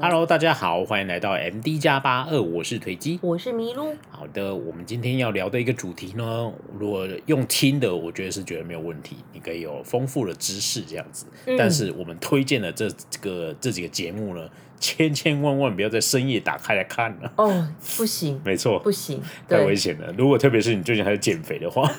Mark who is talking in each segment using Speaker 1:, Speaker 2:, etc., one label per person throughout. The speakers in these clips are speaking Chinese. Speaker 1: Hello，大家好，欢迎来到 MD 加八二，我是腿鸡。
Speaker 2: 我是麋鹿，
Speaker 1: 好的，我们今天要聊的一个主题呢，如果用听的，我觉得是觉得没有问题，你可以有丰富的知识这样子。
Speaker 2: 嗯
Speaker 1: 但是我们推荐的这这个这几个节目呢，千千万万不要在深夜打开来看了。
Speaker 2: 哦，不行，
Speaker 1: 没错
Speaker 2: 不，行，
Speaker 1: 太危
Speaker 2: 对，
Speaker 1: 险了。如果特别是你最近还在减肥的话，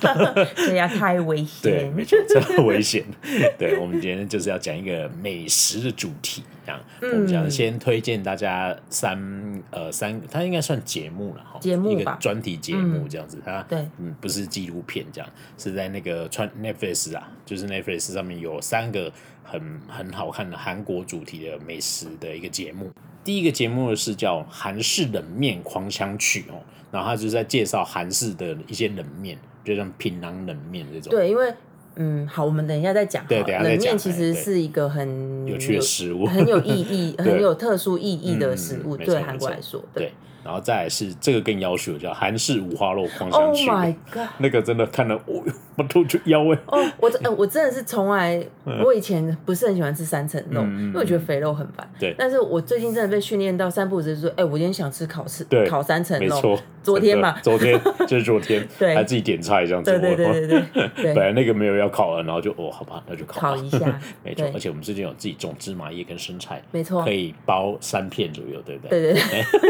Speaker 2: 对呀，太危
Speaker 1: 对，
Speaker 2: 险。
Speaker 1: 没错，这很危险。 对，我们今天就是要讲一个美食的主题，这样。
Speaker 2: 嗯
Speaker 1: 我们想先推荐大家三呃三，它应该算节目了哈，
Speaker 2: 节目
Speaker 1: 一个
Speaker 2: 吧
Speaker 1: 专题节目这样子。它
Speaker 2: 对
Speaker 1: 嗯，不是纪录片这样，是在那个穿 Netflix 啊，就是 Netflix 上面有三个很很好看的韩国主题的美食的一个节目。第一个节目是叫《韩式冷面狂想曲》哦，然后它就是在介绍韩式的一些冷面，就像平壤冷面这种。
Speaker 2: 对，因为嗯，好，我们等一下再讲好了。
Speaker 1: 对等一下再
Speaker 2: 冷
Speaker 1: 讲
Speaker 2: 面其
Speaker 1: 哎对
Speaker 2: 实是一个很
Speaker 1: 有趣的食 物
Speaker 2: 很嗯有意 义、
Speaker 1: 对
Speaker 2: 很有特殊意义
Speaker 1: 嗯
Speaker 2: 的食物，
Speaker 1: 没错
Speaker 2: 对
Speaker 1: 没
Speaker 2: 韩国
Speaker 1: 错
Speaker 2: 来说，
Speaker 1: 对，然后再来是这个更要求，叫韩式五花 肉狂想
Speaker 2: ，Oh
Speaker 1: 曲。
Speaker 2: my god！
Speaker 1: 那个真的看了，我我吐出腰 哎、
Speaker 2: 哦，我真、呃我真的是从来，我以前不是很喜欢吃三层肉，
Speaker 1: 嗯嗯嗯
Speaker 2: 因为我觉得肥肉很烦。
Speaker 1: 对
Speaker 2: 但是我最近真的被训练到三不五时就说，哎、我今天想吃烤翅
Speaker 1: 对，
Speaker 2: 烤三层
Speaker 1: 没
Speaker 2: 肉。
Speaker 1: 错，
Speaker 2: 哦昨天嘛，
Speaker 1: 真的昨天就是昨天
Speaker 2: 对
Speaker 1: 还自己点菜这样子。
Speaker 2: 对对
Speaker 1: 我
Speaker 2: 对对 对
Speaker 1: 本
Speaker 2: 对，
Speaker 1: 来那个没有要烤了，然后就哦，好吧，那就烤吧
Speaker 2: 烤一 下
Speaker 1: 没错
Speaker 2: 对，
Speaker 1: 而且我们最近有自己种芝麻叶跟生菜，
Speaker 2: 没错
Speaker 1: 可，以包三片左右，对不
Speaker 2: 对
Speaker 1: 对？
Speaker 2: 对 对。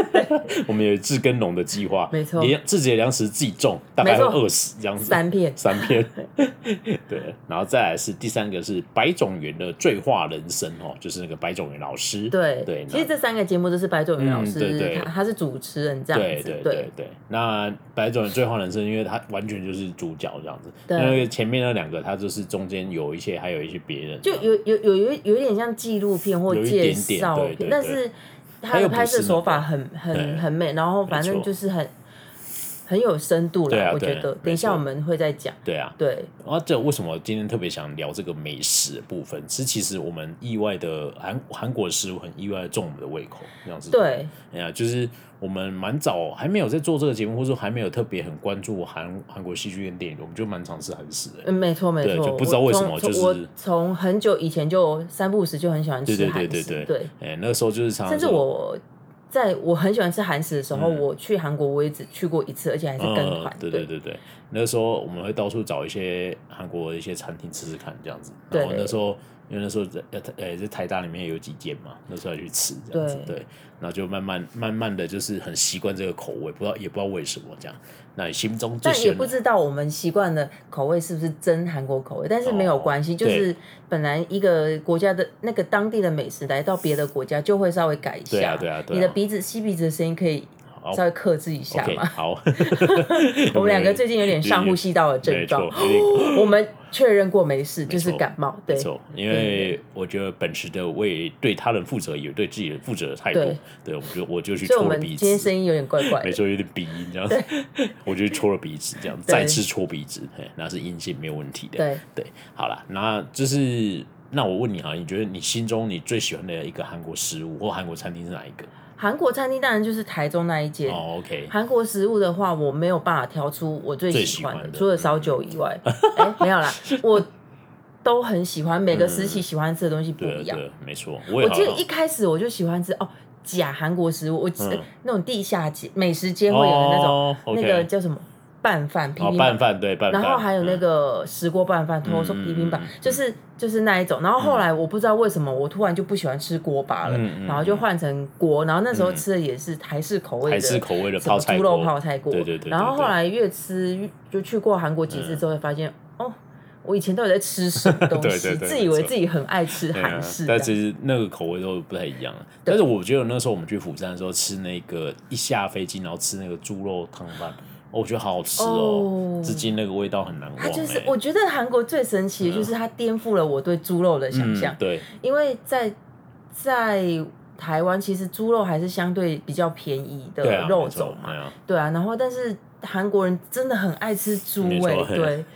Speaker 1: 我们有自耕农的计划，
Speaker 2: 没错
Speaker 1: 连自己的粮食自己种，大概
Speaker 2: 没
Speaker 1: 会
Speaker 2: 错
Speaker 1: 饿死这样子。
Speaker 2: 三片
Speaker 1: 三片， 对，然后再来是第三个是白种元的醉话人生哦，就是那个白种元老师，
Speaker 2: 对
Speaker 1: 对，
Speaker 2: 其实
Speaker 1: 那
Speaker 2: 这三个节目都是白昼云老
Speaker 1: 嗯对
Speaker 2: 师
Speaker 1: 对，
Speaker 2: 他他是主持人这
Speaker 1: 对
Speaker 2: 样子
Speaker 1: 对，对
Speaker 2: 对
Speaker 1: 对，那白种元醉话人生，因为他完全就是主角这样子，
Speaker 2: 对
Speaker 1: 那个前面那两个他就是中间有一些还有一些别人，
Speaker 2: 就有有有有有点像纪录片或
Speaker 1: 有一
Speaker 2: 介
Speaker 1: 点点
Speaker 2: 绍
Speaker 1: 对对
Speaker 2: 片，但
Speaker 1: 对
Speaker 2: 是
Speaker 1: 它
Speaker 2: 他
Speaker 1: 又
Speaker 2: 的
Speaker 1: 不
Speaker 2: 拍摄
Speaker 1: 是
Speaker 2: 手
Speaker 1: 那
Speaker 2: 法很
Speaker 1: 对
Speaker 2: 很很美，然后反
Speaker 1: 没
Speaker 2: 正
Speaker 1: 错
Speaker 2: 就是很很有深度
Speaker 1: 对啊
Speaker 2: 了，我
Speaker 1: 对
Speaker 2: 觉得。
Speaker 1: 没
Speaker 2: 等一下
Speaker 1: 错
Speaker 2: 我们会再讲，
Speaker 1: 对啊，
Speaker 2: 对
Speaker 1: 然后这为什么今天特别想聊这个美食的部分？是其实我们意外的韩韩国食物很意外的中我们的胃口，这样子。
Speaker 2: 对
Speaker 1: 哎呀，就是我们蛮早还没有在做这个节目，或者说还没有特别很关注韩韩国戏剧跟电影，我们就蛮尝试韩食的。
Speaker 2: 嗯，没错没
Speaker 1: 对
Speaker 2: 错，
Speaker 1: 就不知道为什
Speaker 2: 我
Speaker 1: 么
Speaker 2: 从
Speaker 1: 就
Speaker 2: 从我
Speaker 1: 是
Speaker 2: 从很久以前就三不五时就很喜欢
Speaker 1: 对
Speaker 2: 吃
Speaker 1: 对
Speaker 2: 韩
Speaker 1: 对
Speaker 2: 食，
Speaker 1: 对对哎，那个时候就是常常
Speaker 2: 甚至
Speaker 1: 说
Speaker 2: 我在我很喜欢吃韩食的时候，我去韩国我也只去过一次，而且还是跟团
Speaker 1: 嗯，，对对对对，那时候我们会到处找一些韩国的一些餐厅吃吃看，这样子。然后
Speaker 2: 对
Speaker 1: 那时候因为那时候在呃呃在台大里面有几间嘛，那时候还去吃这样子，对
Speaker 2: 对
Speaker 1: 然后就慢慢慢慢的就是很习惯这个口味，不知道也不知道为什么这样。那你心中最
Speaker 2: 但也
Speaker 1: 喜
Speaker 2: 不
Speaker 1: 欢
Speaker 2: 知道我们习惯的口味是不是真韩国口味，但是没有关系，
Speaker 1: 哦
Speaker 2: 就
Speaker 1: 对
Speaker 2: 是本来一个国家的那个当地的美食来到别的国家就会稍微改一下，
Speaker 1: 对啊对啊对啊
Speaker 2: 你的鼻子吸鼻子的声音可以
Speaker 1: 好
Speaker 2: 稍微克制一下
Speaker 1: OK
Speaker 2: 嘛。
Speaker 1: 好，
Speaker 2: 我们两个最近有点上呼吸道的
Speaker 1: 没错，
Speaker 2: 症状，
Speaker 1: 有点
Speaker 2: 我们确认过没事，就是
Speaker 1: 错
Speaker 2: 感冒，
Speaker 1: 没
Speaker 2: 对
Speaker 1: 错，因为我觉得本持的为对他人负责，也对自己人负责的态度
Speaker 2: 对，
Speaker 1: 对，我就我就去
Speaker 2: 所以我
Speaker 1: 戳了
Speaker 2: 们
Speaker 1: 鼻
Speaker 2: 今天
Speaker 1: 子
Speaker 2: 声，音有点怪怪
Speaker 1: 没
Speaker 2: 的，
Speaker 1: 错，有点鼻音这样， 我就去戳了鼻子这样，
Speaker 2: 对
Speaker 1: 再次戳鼻子，嘿，那是阴性没有问题的，
Speaker 2: 对，
Speaker 1: 对，好了，那就是那我问你啊，你觉得你心中你最喜欢的一个韩国食物或韩国餐厅是哪一个？
Speaker 2: 韩国餐厅当然就是台中那一间，
Speaker 1: 哦，OK，
Speaker 2: 韩国食物的话，我没有办法挑出我最喜欢的，
Speaker 1: 最喜欢的
Speaker 2: 除了烧酒以外，哎、没有啦，我都很喜欢，每个时期喜欢吃的东西不
Speaker 1: 对啊
Speaker 2: 一样。
Speaker 1: 对，没错，我也
Speaker 2: 我
Speaker 1: 好
Speaker 2: 记得
Speaker 1: 像
Speaker 2: 一开始我就喜欢吃哦，假韩国食物，我吃、
Speaker 1: 嗯
Speaker 2: 那种地下街美食街会有的那种，
Speaker 1: 哦，OK
Speaker 2: 那个叫什么拌饭
Speaker 1: 哦
Speaker 2: 平平
Speaker 1: 拌
Speaker 2: 板。
Speaker 1: 饭对拌饭，
Speaker 2: 然后还有那
Speaker 1: 嗯
Speaker 2: 个石锅拌饭，我说
Speaker 1: 嗯
Speaker 2: 皮平板
Speaker 1: 嗯嗯，
Speaker 2: 就是就是那一种。然后后来我不知道为什么，我突然就不喜欢吃锅巴了
Speaker 1: 嗯嗯，
Speaker 2: 然后就换成锅。然后那时候吃的也是台式口味的，
Speaker 1: 台式口味的
Speaker 2: 什么
Speaker 1: 泡菜
Speaker 2: 猪肉
Speaker 1: 锅
Speaker 2: 泡菜锅，
Speaker 1: 对对对对
Speaker 2: 然后
Speaker 1: 对
Speaker 2: 后来越吃越就去过韩国几次之后，发现、哦，我以前到底在吃什么东西？
Speaker 1: 嗯 对对对
Speaker 2: 自以为
Speaker 1: 没错
Speaker 2: 自己很爱吃
Speaker 1: 对
Speaker 2: 韩
Speaker 1: 啊
Speaker 2: 式，
Speaker 1: 但
Speaker 2: 这
Speaker 1: 其
Speaker 2: 样
Speaker 1: 实那个口味都不太一样。啊但是我觉得那时候我们去釜山的时候吃那个一下飞机，然后吃那个猪肉汤饭，哦，我觉得好好吃哦，
Speaker 2: 哦
Speaker 1: 至今那个味道很难忘、
Speaker 2: 它
Speaker 1: 欸。
Speaker 2: 就是我觉得韩国最神奇的就是它颠覆了我对猪肉的想
Speaker 1: 嗯
Speaker 2: 象，，
Speaker 1: 对
Speaker 2: 因为在在台湾其实猪肉还是相对比较便宜
Speaker 1: 对啊，
Speaker 2: 的肉
Speaker 1: 没错
Speaker 2: 种嘛，
Speaker 1: 哎呀
Speaker 2: 对啊，然后但是韩国人真的很爱吃猪
Speaker 1: 没错
Speaker 2: 味，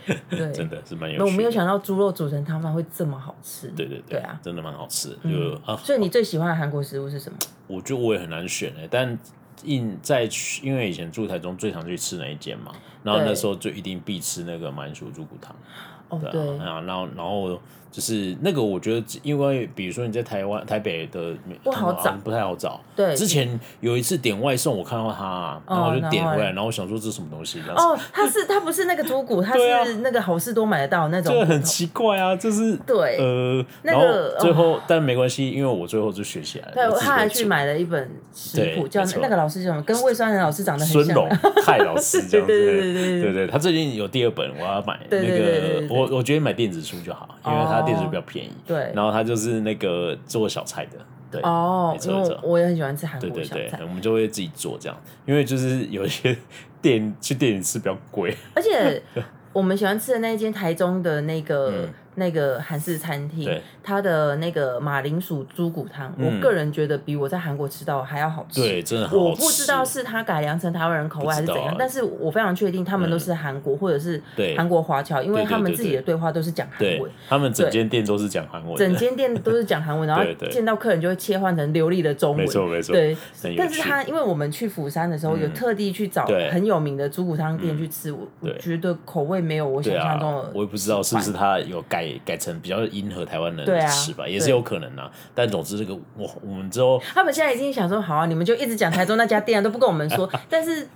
Speaker 1: 嘿
Speaker 2: 对 对，
Speaker 1: 真的是蛮有
Speaker 2: 那
Speaker 1: 趣
Speaker 2: 我
Speaker 1: 的。
Speaker 2: 没有想到猪肉煮成汤饭会这么好吃，
Speaker 1: 对对
Speaker 2: 对啊。
Speaker 1: 真的蛮好吃的，就、
Speaker 2: 嗯
Speaker 1: 啊，
Speaker 2: 所以你最喜欢的韩国食物是什么？
Speaker 1: 我觉得我也很难选哎、但印在去，因为以前住台中最常去吃那一间嘛，然后
Speaker 2: 对
Speaker 1: 那时候就一定必吃那个满薯猪骨汤，
Speaker 2: 哦
Speaker 1: 对
Speaker 2: 对
Speaker 1: 啊，啊然后然后就是那个，我觉得因为比如说你在台湾台北的
Speaker 2: 不好找
Speaker 1: 不太好找。
Speaker 2: 对
Speaker 1: 之前有一次点外送，我看到它啊，
Speaker 2: 哦
Speaker 1: 然后我就点回
Speaker 2: 然后
Speaker 1: 来，然
Speaker 2: 嘞
Speaker 1: 后我想说这是什么东西，然后
Speaker 2: 哦，它是它不是那个猪骨，它
Speaker 1: 对啊
Speaker 2: 是那个好事多买得到那种
Speaker 1: 这
Speaker 2: 骨
Speaker 1: 个
Speaker 2: 头，
Speaker 1: 很奇怪啊，就是
Speaker 2: 对
Speaker 1: 呃，
Speaker 2: 那
Speaker 1: 然
Speaker 2: 个哦
Speaker 1: 后最后但没关系，因为我最后就学起来了。我
Speaker 2: 对，
Speaker 1: 自己
Speaker 2: 他还
Speaker 1: 会
Speaker 2: 去
Speaker 1: 煮
Speaker 2: 买了一本食谱，
Speaker 1: 对
Speaker 2: 叫
Speaker 1: 没错
Speaker 2: 那个老师叫什么？跟魏双仁老师长得很
Speaker 1: 孙
Speaker 2: 像
Speaker 1: 龙
Speaker 2: 啊。
Speaker 1: 太老师这样子，
Speaker 2: 对对对对
Speaker 1: 对
Speaker 2: 对
Speaker 1: 对他最近有第二本，我要买
Speaker 2: 对
Speaker 1: 那
Speaker 2: 对对对
Speaker 1: 个
Speaker 2: 对，对
Speaker 1: 我我觉得买电子书就好，因为它电子书比较便宜。
Speaker 2: 对
Speaker 1: 然后他就是那个做小菜的，对，
Speaker 2: 哦
Speaker 1: 没，错
Speaker 2: 因
Speaker 1: 没
Speaker 2: 为
Speaker 1: 错，
Speaker 2: 我也很喜欢吃韩
Speaker 1: 对
Speaker 2: 国
Speaker 1: 对
Speaker 2: 小
Speaker 1: 对
Speaker 2: 菜，，
Speaker 1: 我们就会自己做这样，因为就是有一些店去店里吃比较 贵，
Speaker 2: 而且我们喜欢吃的那一间台中的那个
Speaker 1: 嗯
Speaker 2: 那个韩式餐厅
Speaker 1: 对，
Speaker 2: 它的那个马铃薯猪骨汤，我
Speaker 1: 嗯
Speaker 2: 个人觉得比我在韩国吃到的还要好吃。
Speaker 1: 对，真的很好
Speaker 2: 我
Speaker 1: 吃。
Speaker 2: 不知道是他改良成台湾人口味还是
Speaker 1: 不
Speaker 2: 怎
Speaker 1: 知
Speaker 2: 样
Speaker 1: 道，哎嗯
Speaker 2: 但是我非常确定他们都是韩国或者是
Speaker 1: 对
Speaker 2: 韩国华侨，因为
Speaker 1: 对对
Speaker 2: 他们
Speaker 1: 对
Speaker 2: 自己
Speaker 1: 对
Speaker 2: 的对话都是讲韩
Speaker 1: 对
Speaker 2: 文。
Speaker 1: 他们整间店都是讲韩文
Speaker 2: 整
Speaker 1: 的，
Speaker 2: 间店都是讲 韩文，然后
Speaker 1: 对对
Speaker 2: 见到客人就会切换成流利的中文。
Speaker 1: 没错没错
Speaker 2: 对
Speaker 1: 很，有
Speaker 2: 但是
Speaker 1: 趣嗯
Speaker 2: 他因为我们去釜山的时候，有特地去找
Speaker 1: 对嗯
Speaker 2: 很有名的猪骨汤店去吃，我我
Speaker 1: 对
Speaker 2: 觉得口味没有我想
Speaker 1: 对啊
Speaker 2: 象中的，
Speaker 1: 我也不知道是不是他有改改成比较迎合台湾人
Speaker 2: 对啊
Speaker 1: 的吃法，也是
Speaker 2: 对
Speaker 1: 有可能啊。但总之这个我我们之后
Speaker 2: 他们现在已经想说，好啊，你们就一直讲台中那家店啊，都不跟我 们说。但是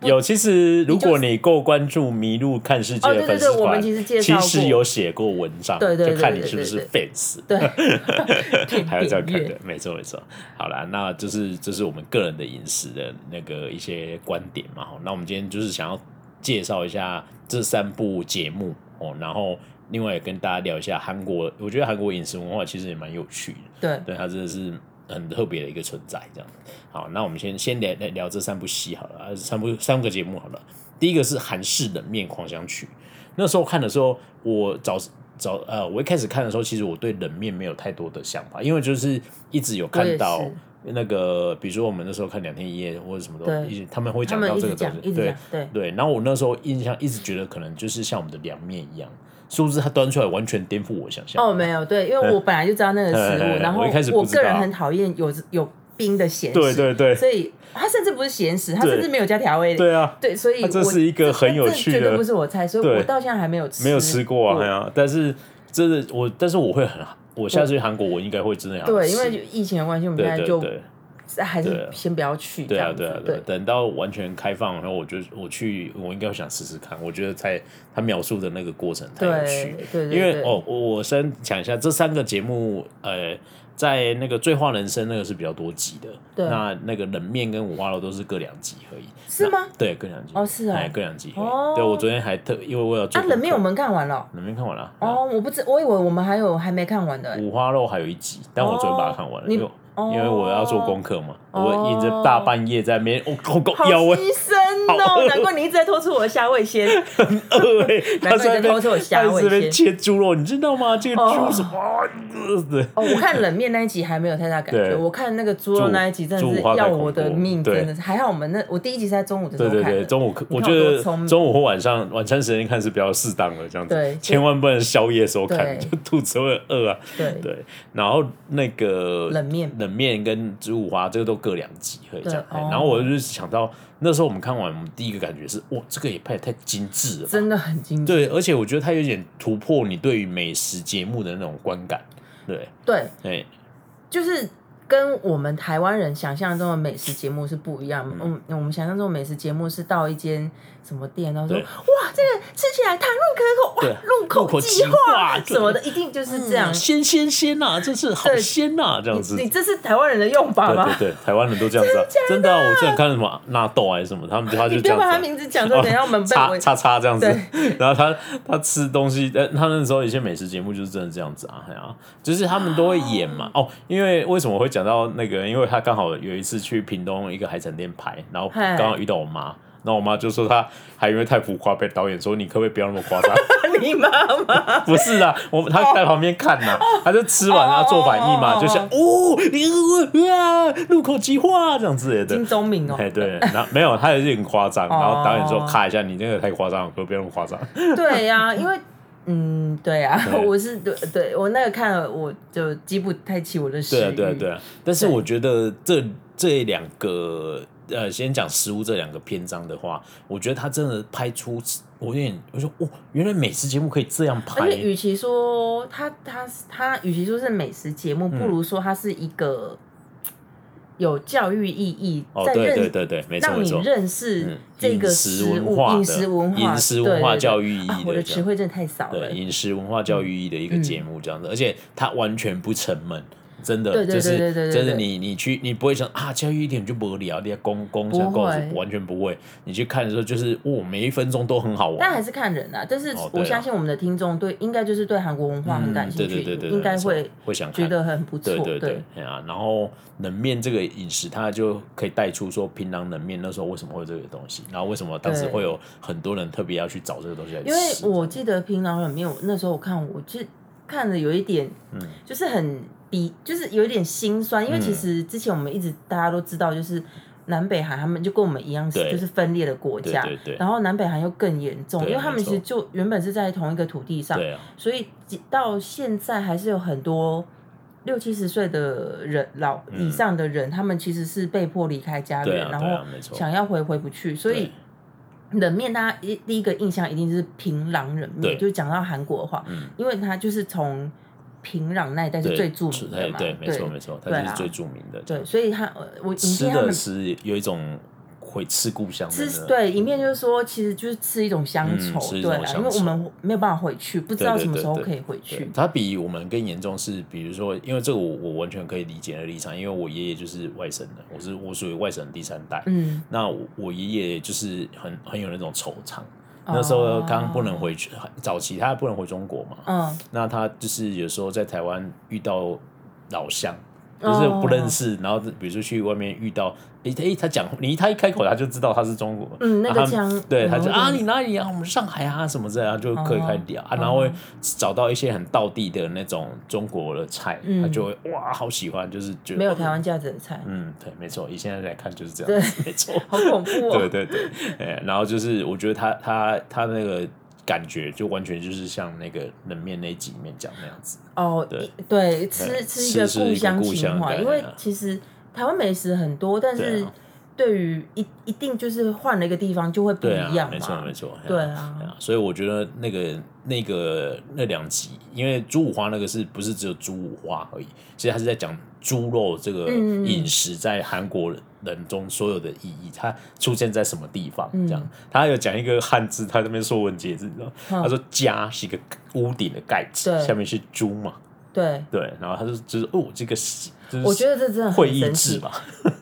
Speaker 1: 有，其实如
Speaker 2: 就
Speaker 1: 果你够关注迷路看世界
Speaker 2: 哦对
Speaker 1: 的
Speaker 2: 对
Speaker 1: 粉
Speaker 2: 对
Speaker 1: 丝
Speaker 2: 我们
Speaker 1: 团，
Speaker 2: 其实介绍
Speaker 1: 其
Speaker 2: 过
Speaker 1: 实有写过文章，
Speaker 2: 对对对
Speaker 1: 就看你
Speaker 2: 对
Speaker 1: 是不
Speaker 2: 对
Speaker 1: 是 fans，
Speaker 2: 对，
Speaker 1: 还要这样看
Speaker 2: 点阅
Speaker 1: 的，没错没错。好啦，那就是这是我们个人的饮食的那个一些观点嘛。吼那我们今天就是想要介绍一下这三部节目哦，然后另外也跟大家聊一下韩国，我觉得韩国饮食文化其实也蛮有趣的。
Speaker 2: 对
Speaker 1: 对，它真的是很特别的一个存在。这样，好，那我们先先聊聊聊这三部戏好了，啊三部三个节目好了。第一个是韩式冷面狂想曲，那时候看的时候，我早早呃，我一开始看的时候，其实我对冷面没有太多的想法，因为就是一直有
Speaker 2: 我也
Speaker 1: 看
Speaker 2: 是
Speaker 1: 到。那个，比如说我们那时候看两天一夜或者什么
Speaker 2: 对
Speaker 1: 都，一直他们会
Speaker 2: 他
Speaker 1: 讲
Speaker 2: 们
Speaker 1: 到
Speaker 2: 一
Speaker 1: 这
Speaker 2: 直
Speaker 1: 个东
Speaker 2: 讲一
Speaker 1: 西，
Speaker 2: 直
Speaker 1: 对
Speaker 2: 讲，对
Speaker 1: 对。然后我那时候印象一直觉得可能就是像我们的凉面一样，殊不知它端出来完全颠覆我想象。
Speaker 2: 哦，没有对，因为
Speaker 1: 嗯
Speaker 2: 我本来就知道那个食
Speaker 1: 哎哎
Speaker 2: 物，
Speaker 1: 哎
Speaker 2: 然后
Speaker 1: 我一开始
Speaker 2: 我
Speaker 1: 不知
Speaker 2: 个
Speaker 1: 道
Speaker 2: 人很讨厌有有冰的咸食，
Speaker 1: 对对对
Speaker 2: 所以它甚至不是咸食，它
Speaker 1: 对
Speaker 2: 甚至没有加调味，
Speaker 1: 对啊，
Speaker 2: 对，所以
Speaker 1: 它这
Speaker 2: 我
Speaker 1: 是一个很有
Speaker 2: 这
Speaker 1: 趣
Speaker 2: 这绝对
Speaker 1: 的
Speaker 2: 不是我菜，所以
Speaker 1: 对
Speaker 2: 我到现在还没有吃，
Speaker 1: 没有吃过啊，哎呀、但是真的我，但是我会很，我下次去韩国，我应该会真的想
Speaker 2: 对，
Speaker 1: 吃
Speaker 2: 因为疫情的关系，我们
Speaker 1: 对
Speaker 2: 现在
Speaker 1: 对
Speaker 2: 就
Speaker 1: 对
Speaker 2: 还
Speaker 1: 对
Speaker 2: 是
Speaker 1: 啊
Speaker 2: 先不要去这
Speaker 1: 对啊
Speaker 2: 样
Speaker 1: 对啊
Speaker 2: 子，
Speaker 1: 对啊，等到完全开放，然后我就我去，我应该会想试试看。我觉得太他描述的那个过程太有趣
Speaker 2: 对，对，对
Speaker 1: 因为
Speaker 2: 对
Speaker 1: 哦，我我先讲一下这三个节目，呃，在那个《醉话人生》那个是比较多集的，
Speaker 2: 对
Speaker 1: 那那个冷面跟五花肉都是各两集而已，
Speaker 2: 是吗
Speaker 1: 那对，各两集
Speaker 2: 哦是哦
Speaker 1: 哎，各两集而已。
Speaker 2: 哦
Speaker 1: 对我昨天还特，因为我有做
Speaker 2: 啊，冷面我
Speaker 1: 功课
Speaker 2: 们看完了
Speaker 1: 冷面看完了嗯
Speaker 2: 哦，我不知我以为我们还有还没看完的，
Speaker 1: 五花肉还有一集，但我昨天把它看完
Speaker 2: 哦
Speaker 1: 了，因为
Speaker 2: 你
Speaker 1: 因为我要做功课嘛，我硬
Speaker 2: 哦
Speaker 1: 着大半夜在那边，我我
Speaker 2: 好
Speaker 1: 我腰欸
Speaker 2: 牺牲哦，难怪你一直在偷吃我的虾味 鲜，
Speaker 1: 饿欸， 他
Speaker 2: 难怪你
Speaker 1: 在那
Speaker 2: 在偷
Speaker 1: 边
Speaker 2: 吃我虾
Speaker 1: 他在
Speaker 2: 味
Speaker 1: 那
Speaker 2: 先
Speaker 1: 边切猪肉，你知道吗？这个
Speaker 2: 哦
Speaker 1: 猪什么？啊呃对
Speaker 2: 哦，我看冷面那一集还没有太大感觉，
Speaker 1: 对
Speaker 2: 我看那个猪肉那一集真的
Speaker 1: 猪
Speaker 2: 是
Speaker 1: 猪五花
Speaker 2: 要
Speaker 1: 太恐
Speaker 2: 我
Speaker 1: 怖
Speaker 2: 的命，
Speaker 1: 对
Speaker 2: 真的是还好我们那我第一集是在中午的时
Speaker 1: 对
Speaker 2: 候
Speaker 1: 对
Speaker 2: 看
Speaker 1: 对，
Speaker 2: 的，
Speaker 1: 中午
Speaker 2: 你
Speaker 1: 我
Speaker 2: 看
Speaker 1: 觉
Speaker 2: 我多
Speaker 1: 得
Speaker 2: 聪明
Speaker 1: 中午或晚上晚餐时间看是比较适当的这样
Speaker 2: 对
Speaker 1: 子，千万不能宵夜时候看，
Speaker 2: 对
Speaker 1: 就肚子会饿啊。
Speaker 2: 对
Speaker 1: 对，然后那个
Speaker 2: 冷面
Speaker 1: 冷面跟猪五花这个都各两集可以这样。
Speaker 2: 对
Speaker 1: 哎
Speaker 2: 哦
Speaker 1: 然后我就是想到那时候我们看完，我们第一个感觉是哇，这个也拍的太精致了吧。
Speaker 2: 真的很精致，
Speaker 1: 对，而且我觉得它有点突破你对于美食节目的那种观感。对，
Speaker 2: 对，
Speaker 1: 哎，
Speaker 2: 就是跟我们台湾人想象中的美食节目是不一样的。嗯，我们想象中的美食节目是到一间什么店，然后说
Speaker 1: 对
Speaker 2: 哇，这个吃起来弹入可口，哇
Speaker 1: 对，
Speaker 2: 入
Speaker 1: 入口
Speaker 2: 即
Speaker 1: 即化对
Speaker 2: 什么的，一定就是这样。
Speaker 1: 啊鲜鲜鲜呐，这是好
Speaker 2: 对
Speaker 1: 鲜呐，这样子。
Speaker 2: 你你这是台湾人的用法吗
Speaker 1: 对？对对，台湾人都这样子、 啊，真的啊、我之前看什么纳豆还是什么，他们他就
Speaker 2: 你
Speaker 1: 这
Speaker 2: 不
Speaker 1: 样
Speaker 2: 要
Speaker 1: 子
Speaker 2: 把
Speaker 1: 啊、
Speaker 2: 他名字讲出来，等一下我们被
Speaker 1: 叉
Speaker 2: 我
Speaker 1: 叉叉这样子
Speaker 2: 对，
Speaker 1: 然后他他吃东西，呃，他那时候有一些美食节目就是真的这样子啊，哎呀、就是他们都会演嘛。哦，因为为什么会讲到那个？因为他刚好有一次去屏东一个海产店拍，然后
Speaker 2: 嗨
Speaker 1: 刚好遇到我妈，然后我妈就说她还因为太浮夸被导演说你可不可以不要那么夸张？
Speaker 2: 你妈妈。
Speaker 1: 不是啦，我他在旁边看呐，他就吃完然后做反应
Speaker 2: 哦哦哦哦
Speaker 1: 嘛，就想哦，你啊，入口即化这样之类的
Speaker 2: 金。钟明哦，
Speaker 1: 哎，对，然后没有，他也是很夸张，然后导演
Speaker 2: 哦
Speaker 1: 说咔一下，你这个太夸张了，可不可以不要那么 夸张。
Speaker 2: 对呀、因为嗯，对呀、
Speaker 1: 对
Speaker 2: 我是对对，我那个看了我就激不太起我的食
Speaker 1: 对啊，
Speaker 2: 欲。
Speaker 1: 对啊，对啊。但是
Speaker 2: 对
Speaker 1: 我觉得这这两个呃，先讲食物这两个篇章的话，我觉得他真的拍出，我有点，我说哦，原来美食节目可以这样拍
Speaker 2: 而，且与其说它它它，与其说是美食节
Speaker 1: 嗯
Speaker 2: 目，不如说它是一个有教育意义，
Speaker 1: 哦，
Speaker 2: 在
Speaker 1: 对
Speaker 2: 认
Speaker 1: 对对对，没错
Speaker 2: 让
Speaker 1: 没
Speaker 2: 你
Speaker 1: 错，
Speaker 2: 认
Speaker 1: 嗯
Speaker 2: 识这个
Speaker 1: 饮食
Speaker 2: 食
Speaker 1: 文
Speaker 2: 物、
Speaker 1: 化的
Speaker 2: 饮食文化、
Speaker 1: 饮食文化
Speaker 2: 对对对
Speaker 1: 教育意义
Speaker 2: 啊我
Speaker 1: 的
Speaker 2: 的
Speaker 1: 这
Speaker 2: 词
Speaker 1: 样
Speaker 2: 汇真的太少了嗯
Speaker 1: 对，饮食文化教育意义的一个节目这样子，而且它完全不沉闷。真的，
Speaker 2: 对对
Speaker 1: 就
Speaker 2: 对对对
Speaker 1: 是
Speaker 2: 对
Speaker 1: 真的
Speaker 2: 对
Speaker 1: 你，你去你不会想啊，教育一点就无聊，你要公公像
Speaker 2: 不
Speaker 1: 公
Speaker 2: 会
Speaker 1: 是完全不会。你去看的时候，就是哦，每一分钟都很好玩。
Speaker 2: 但还是看人啊。但是
Speaker 1: 哦对啊
Speaker 2: 我相信我们的听众对应该就是对韩国文化很感兴
Speaker 1: 嗯、
Speaker 2: 趣，
Speaker 1: 对对对对对
Speaker 2: 应该
Speaker 1: 没错
Speaker 2: 会
Speaker 1: 会想看
Speaker 2: 觉得很不错。
Speaker 1: 对对对，哎呀，然后冷面这个饮食，它就可以带出说平壤冷面那时候为什么会有这个东西，然后为什么当时
Speaker 2: 对
Speaker 1: 会有很多人特别要去找这个东西来吃。
Speaker 2: 因为我记得平壤冷面，我那时候我看我就看的有一点，就是很比就是有一点心酸，因为
Speaker 1: 嗯
Speaker 2: 其实之前我们一直大家都知道，就是南北韩他们就跟我们一样是
Speaker 1: 对
Speaker 2: 就是分裂的国家，
Speaker 1: 对对对
Speaker 2: 然后南北韩又更严重，
Speaker 1: 对
Speaker 2: 因为他们
Speaker 1: 没
Speaker 2: 其
Speaker 1: 错
Speaker 2: 实就原本是在同一个土地上，
Speaker 1: 对啊，
Speaker 2: 所以即到现在还是有很多。六七十岁的人老以上的人，他们其实是被迫离开家
Speaker 1: 嗯对
Speaker 2: 园，
Speaker 1: 啊，
Speaker 2: 然
Speaker 1: 对
Speaker 2: 后
Speaker 1: 啊，没错，
Speaker 2: 想要回回不去，所以
Speaker 1: 对
Speaker 2: 冷面，大家一第一个印象一定是平壤冷
Speaker 1: 对
Speaker 2: 面，就是讲到韩国的话，
Speaker 1: 嗯
Speaker 2: 因为它就是从平壤那一带是
Speaker 1: 对
Speaker 2: 最著名的
Speaker 1: 对
Speaker 2: 嘛，
Speaker 1: 对，没错没
Speaker 2: 对
Speaker 1: 错，
Speaker 2: 对
Speaker 1: 它就
Speaker 2: 啊
Speaker 1: 是最著名的。
Speaker 2: 对，所以它呃我影
Speaker 1: 吃
Speaker 2: 片他
Speaker 1: 的
Speaker 2: 们
Speaker 1: 是有一种回吃故乡的那
Speaker 2: 吃
Speaker 1: 种，
Speaker 2: 对影片就是说，其实就是吃一种乡愁
Speaker 1: 嗯，吃一种
Speaker 2: 对啊，
Speaker 1: 乡
Speaker 2: 因为
Speaker 1: 愁
Speaker 2: 我们没有办法回去，不知道
Speaker 1: 对对
Speaker 2: 什么
Speaker 1: 对
Speaker 2: 时候
Speaker 1: 对
Speaker 2: 可以回
Speaker 1: 对
Speaker 2: 去，
Speaker 1: 它比我们更严重是，比如说，因为这个我我完全可以理解的立场，因为我爷爷就是外省人，我是我属于外省第三代，
Speaker 2: 嗯，
Speaker 1: 那我我爷爷就是很很有那种惆怅。那时候
Speaker 2: 哦
Speaker 1: 刚不能，回去，早期他不能回中国嘛，
Speaker 2: 嗯，
Speaker 1: 那他就是有时候在台湾遇到老乡，
Speaker 2: 哦
Speaker 1: 就是不认识，然后比如说去外面遇到，诶、诶、他讲你他一开口他就知道他是中国，
Speaker 2: 嗯那个
Speaker 1: 然后他
Speaker 2: 腔
Speaker 1: 对，
Speaker 2: 嗯
Speaker 1: 他就
Speaker 2: 有
Speaker 1: 啊
Speaker 2: 点
Speaker 1: 你哪里啊，我们上海啊什么这样就可以开始聊、啊，
Speaker 2: 哦
Speaker 1: 然后会找到一些很道地的那种中国的菜，
Speaker 2: 嗯
Speaker 1: 他就会哇好喜欢，就是觉得哦
Speaker 2: 没有台湾价值的菜，
Speaker 1: 嗯，对，没错，以现在来看就是这样子，没错，
Speaker 2: 好恐怖
Speaker 1: 对
Speaker 2: 哦，
Speaker 1: 对对，哎，然后就是我觉得他他他那个感觉就完全就是像那个冷面那一集里面讲那样子，
Speaker 2: 哦
Speaker 1: 对，
Speaker 2: 一对，吃
Speaker 1: 对
Speaker 2: 吃一个
Speaker 1: 吃是一个
Speaker 2: 故乡
Speaker 1: 故乡
Speaker 2: 情怀，
Speaker 1: 感
Speaker 2: 因为
Speaker 1: 啊
Speaker 2: 其实台湾美食很多，但
Speaker 1: 对
Speaker 2: 是
Speaker 1: 啊
Speaker 2: 对于一一定就是换了一个地方就会不
Speaker 1: 对啊
Speaker 2: 一样，
Speaker 1: 没错
Speaker 2: 嘛
Speaker 1: 没。错，哎
Speaker 2: 对
Speaker 1: 呀
Speaker 2: 啊
Speaker 1: 哎呀所以我觉得那个那个那两集，因为猪五花那个是不是只有猪五花而已？其实他是在讲猪肉这个
Speaker 2: 嗯嗯嗯
Speaker 1: 饮食在韩国人中所有的意义，它出现在什么地方？这样
Speaker 2: 嗯，
Speaker 1: 他有讲一个汉字，他在那边说文解字，你知道吗，
Speaker 2: 嗯
Speaker 1: 他说“家”是一个屋顶的盖子，
Speaker 2: 对
Speaker 1: 下面是猪嘛，
Speaker 2: 对，
Speaker 1: 对，然后他就就是哦，这个是就是
Speaker 2: 我觉得这真的
Speaker 1: 会
Speaker 2: 很
Speaker 1: 议
Speaker 2: 神
Speaker 1: 制
Speaker 2: 奇。
Speaker 1: 吧？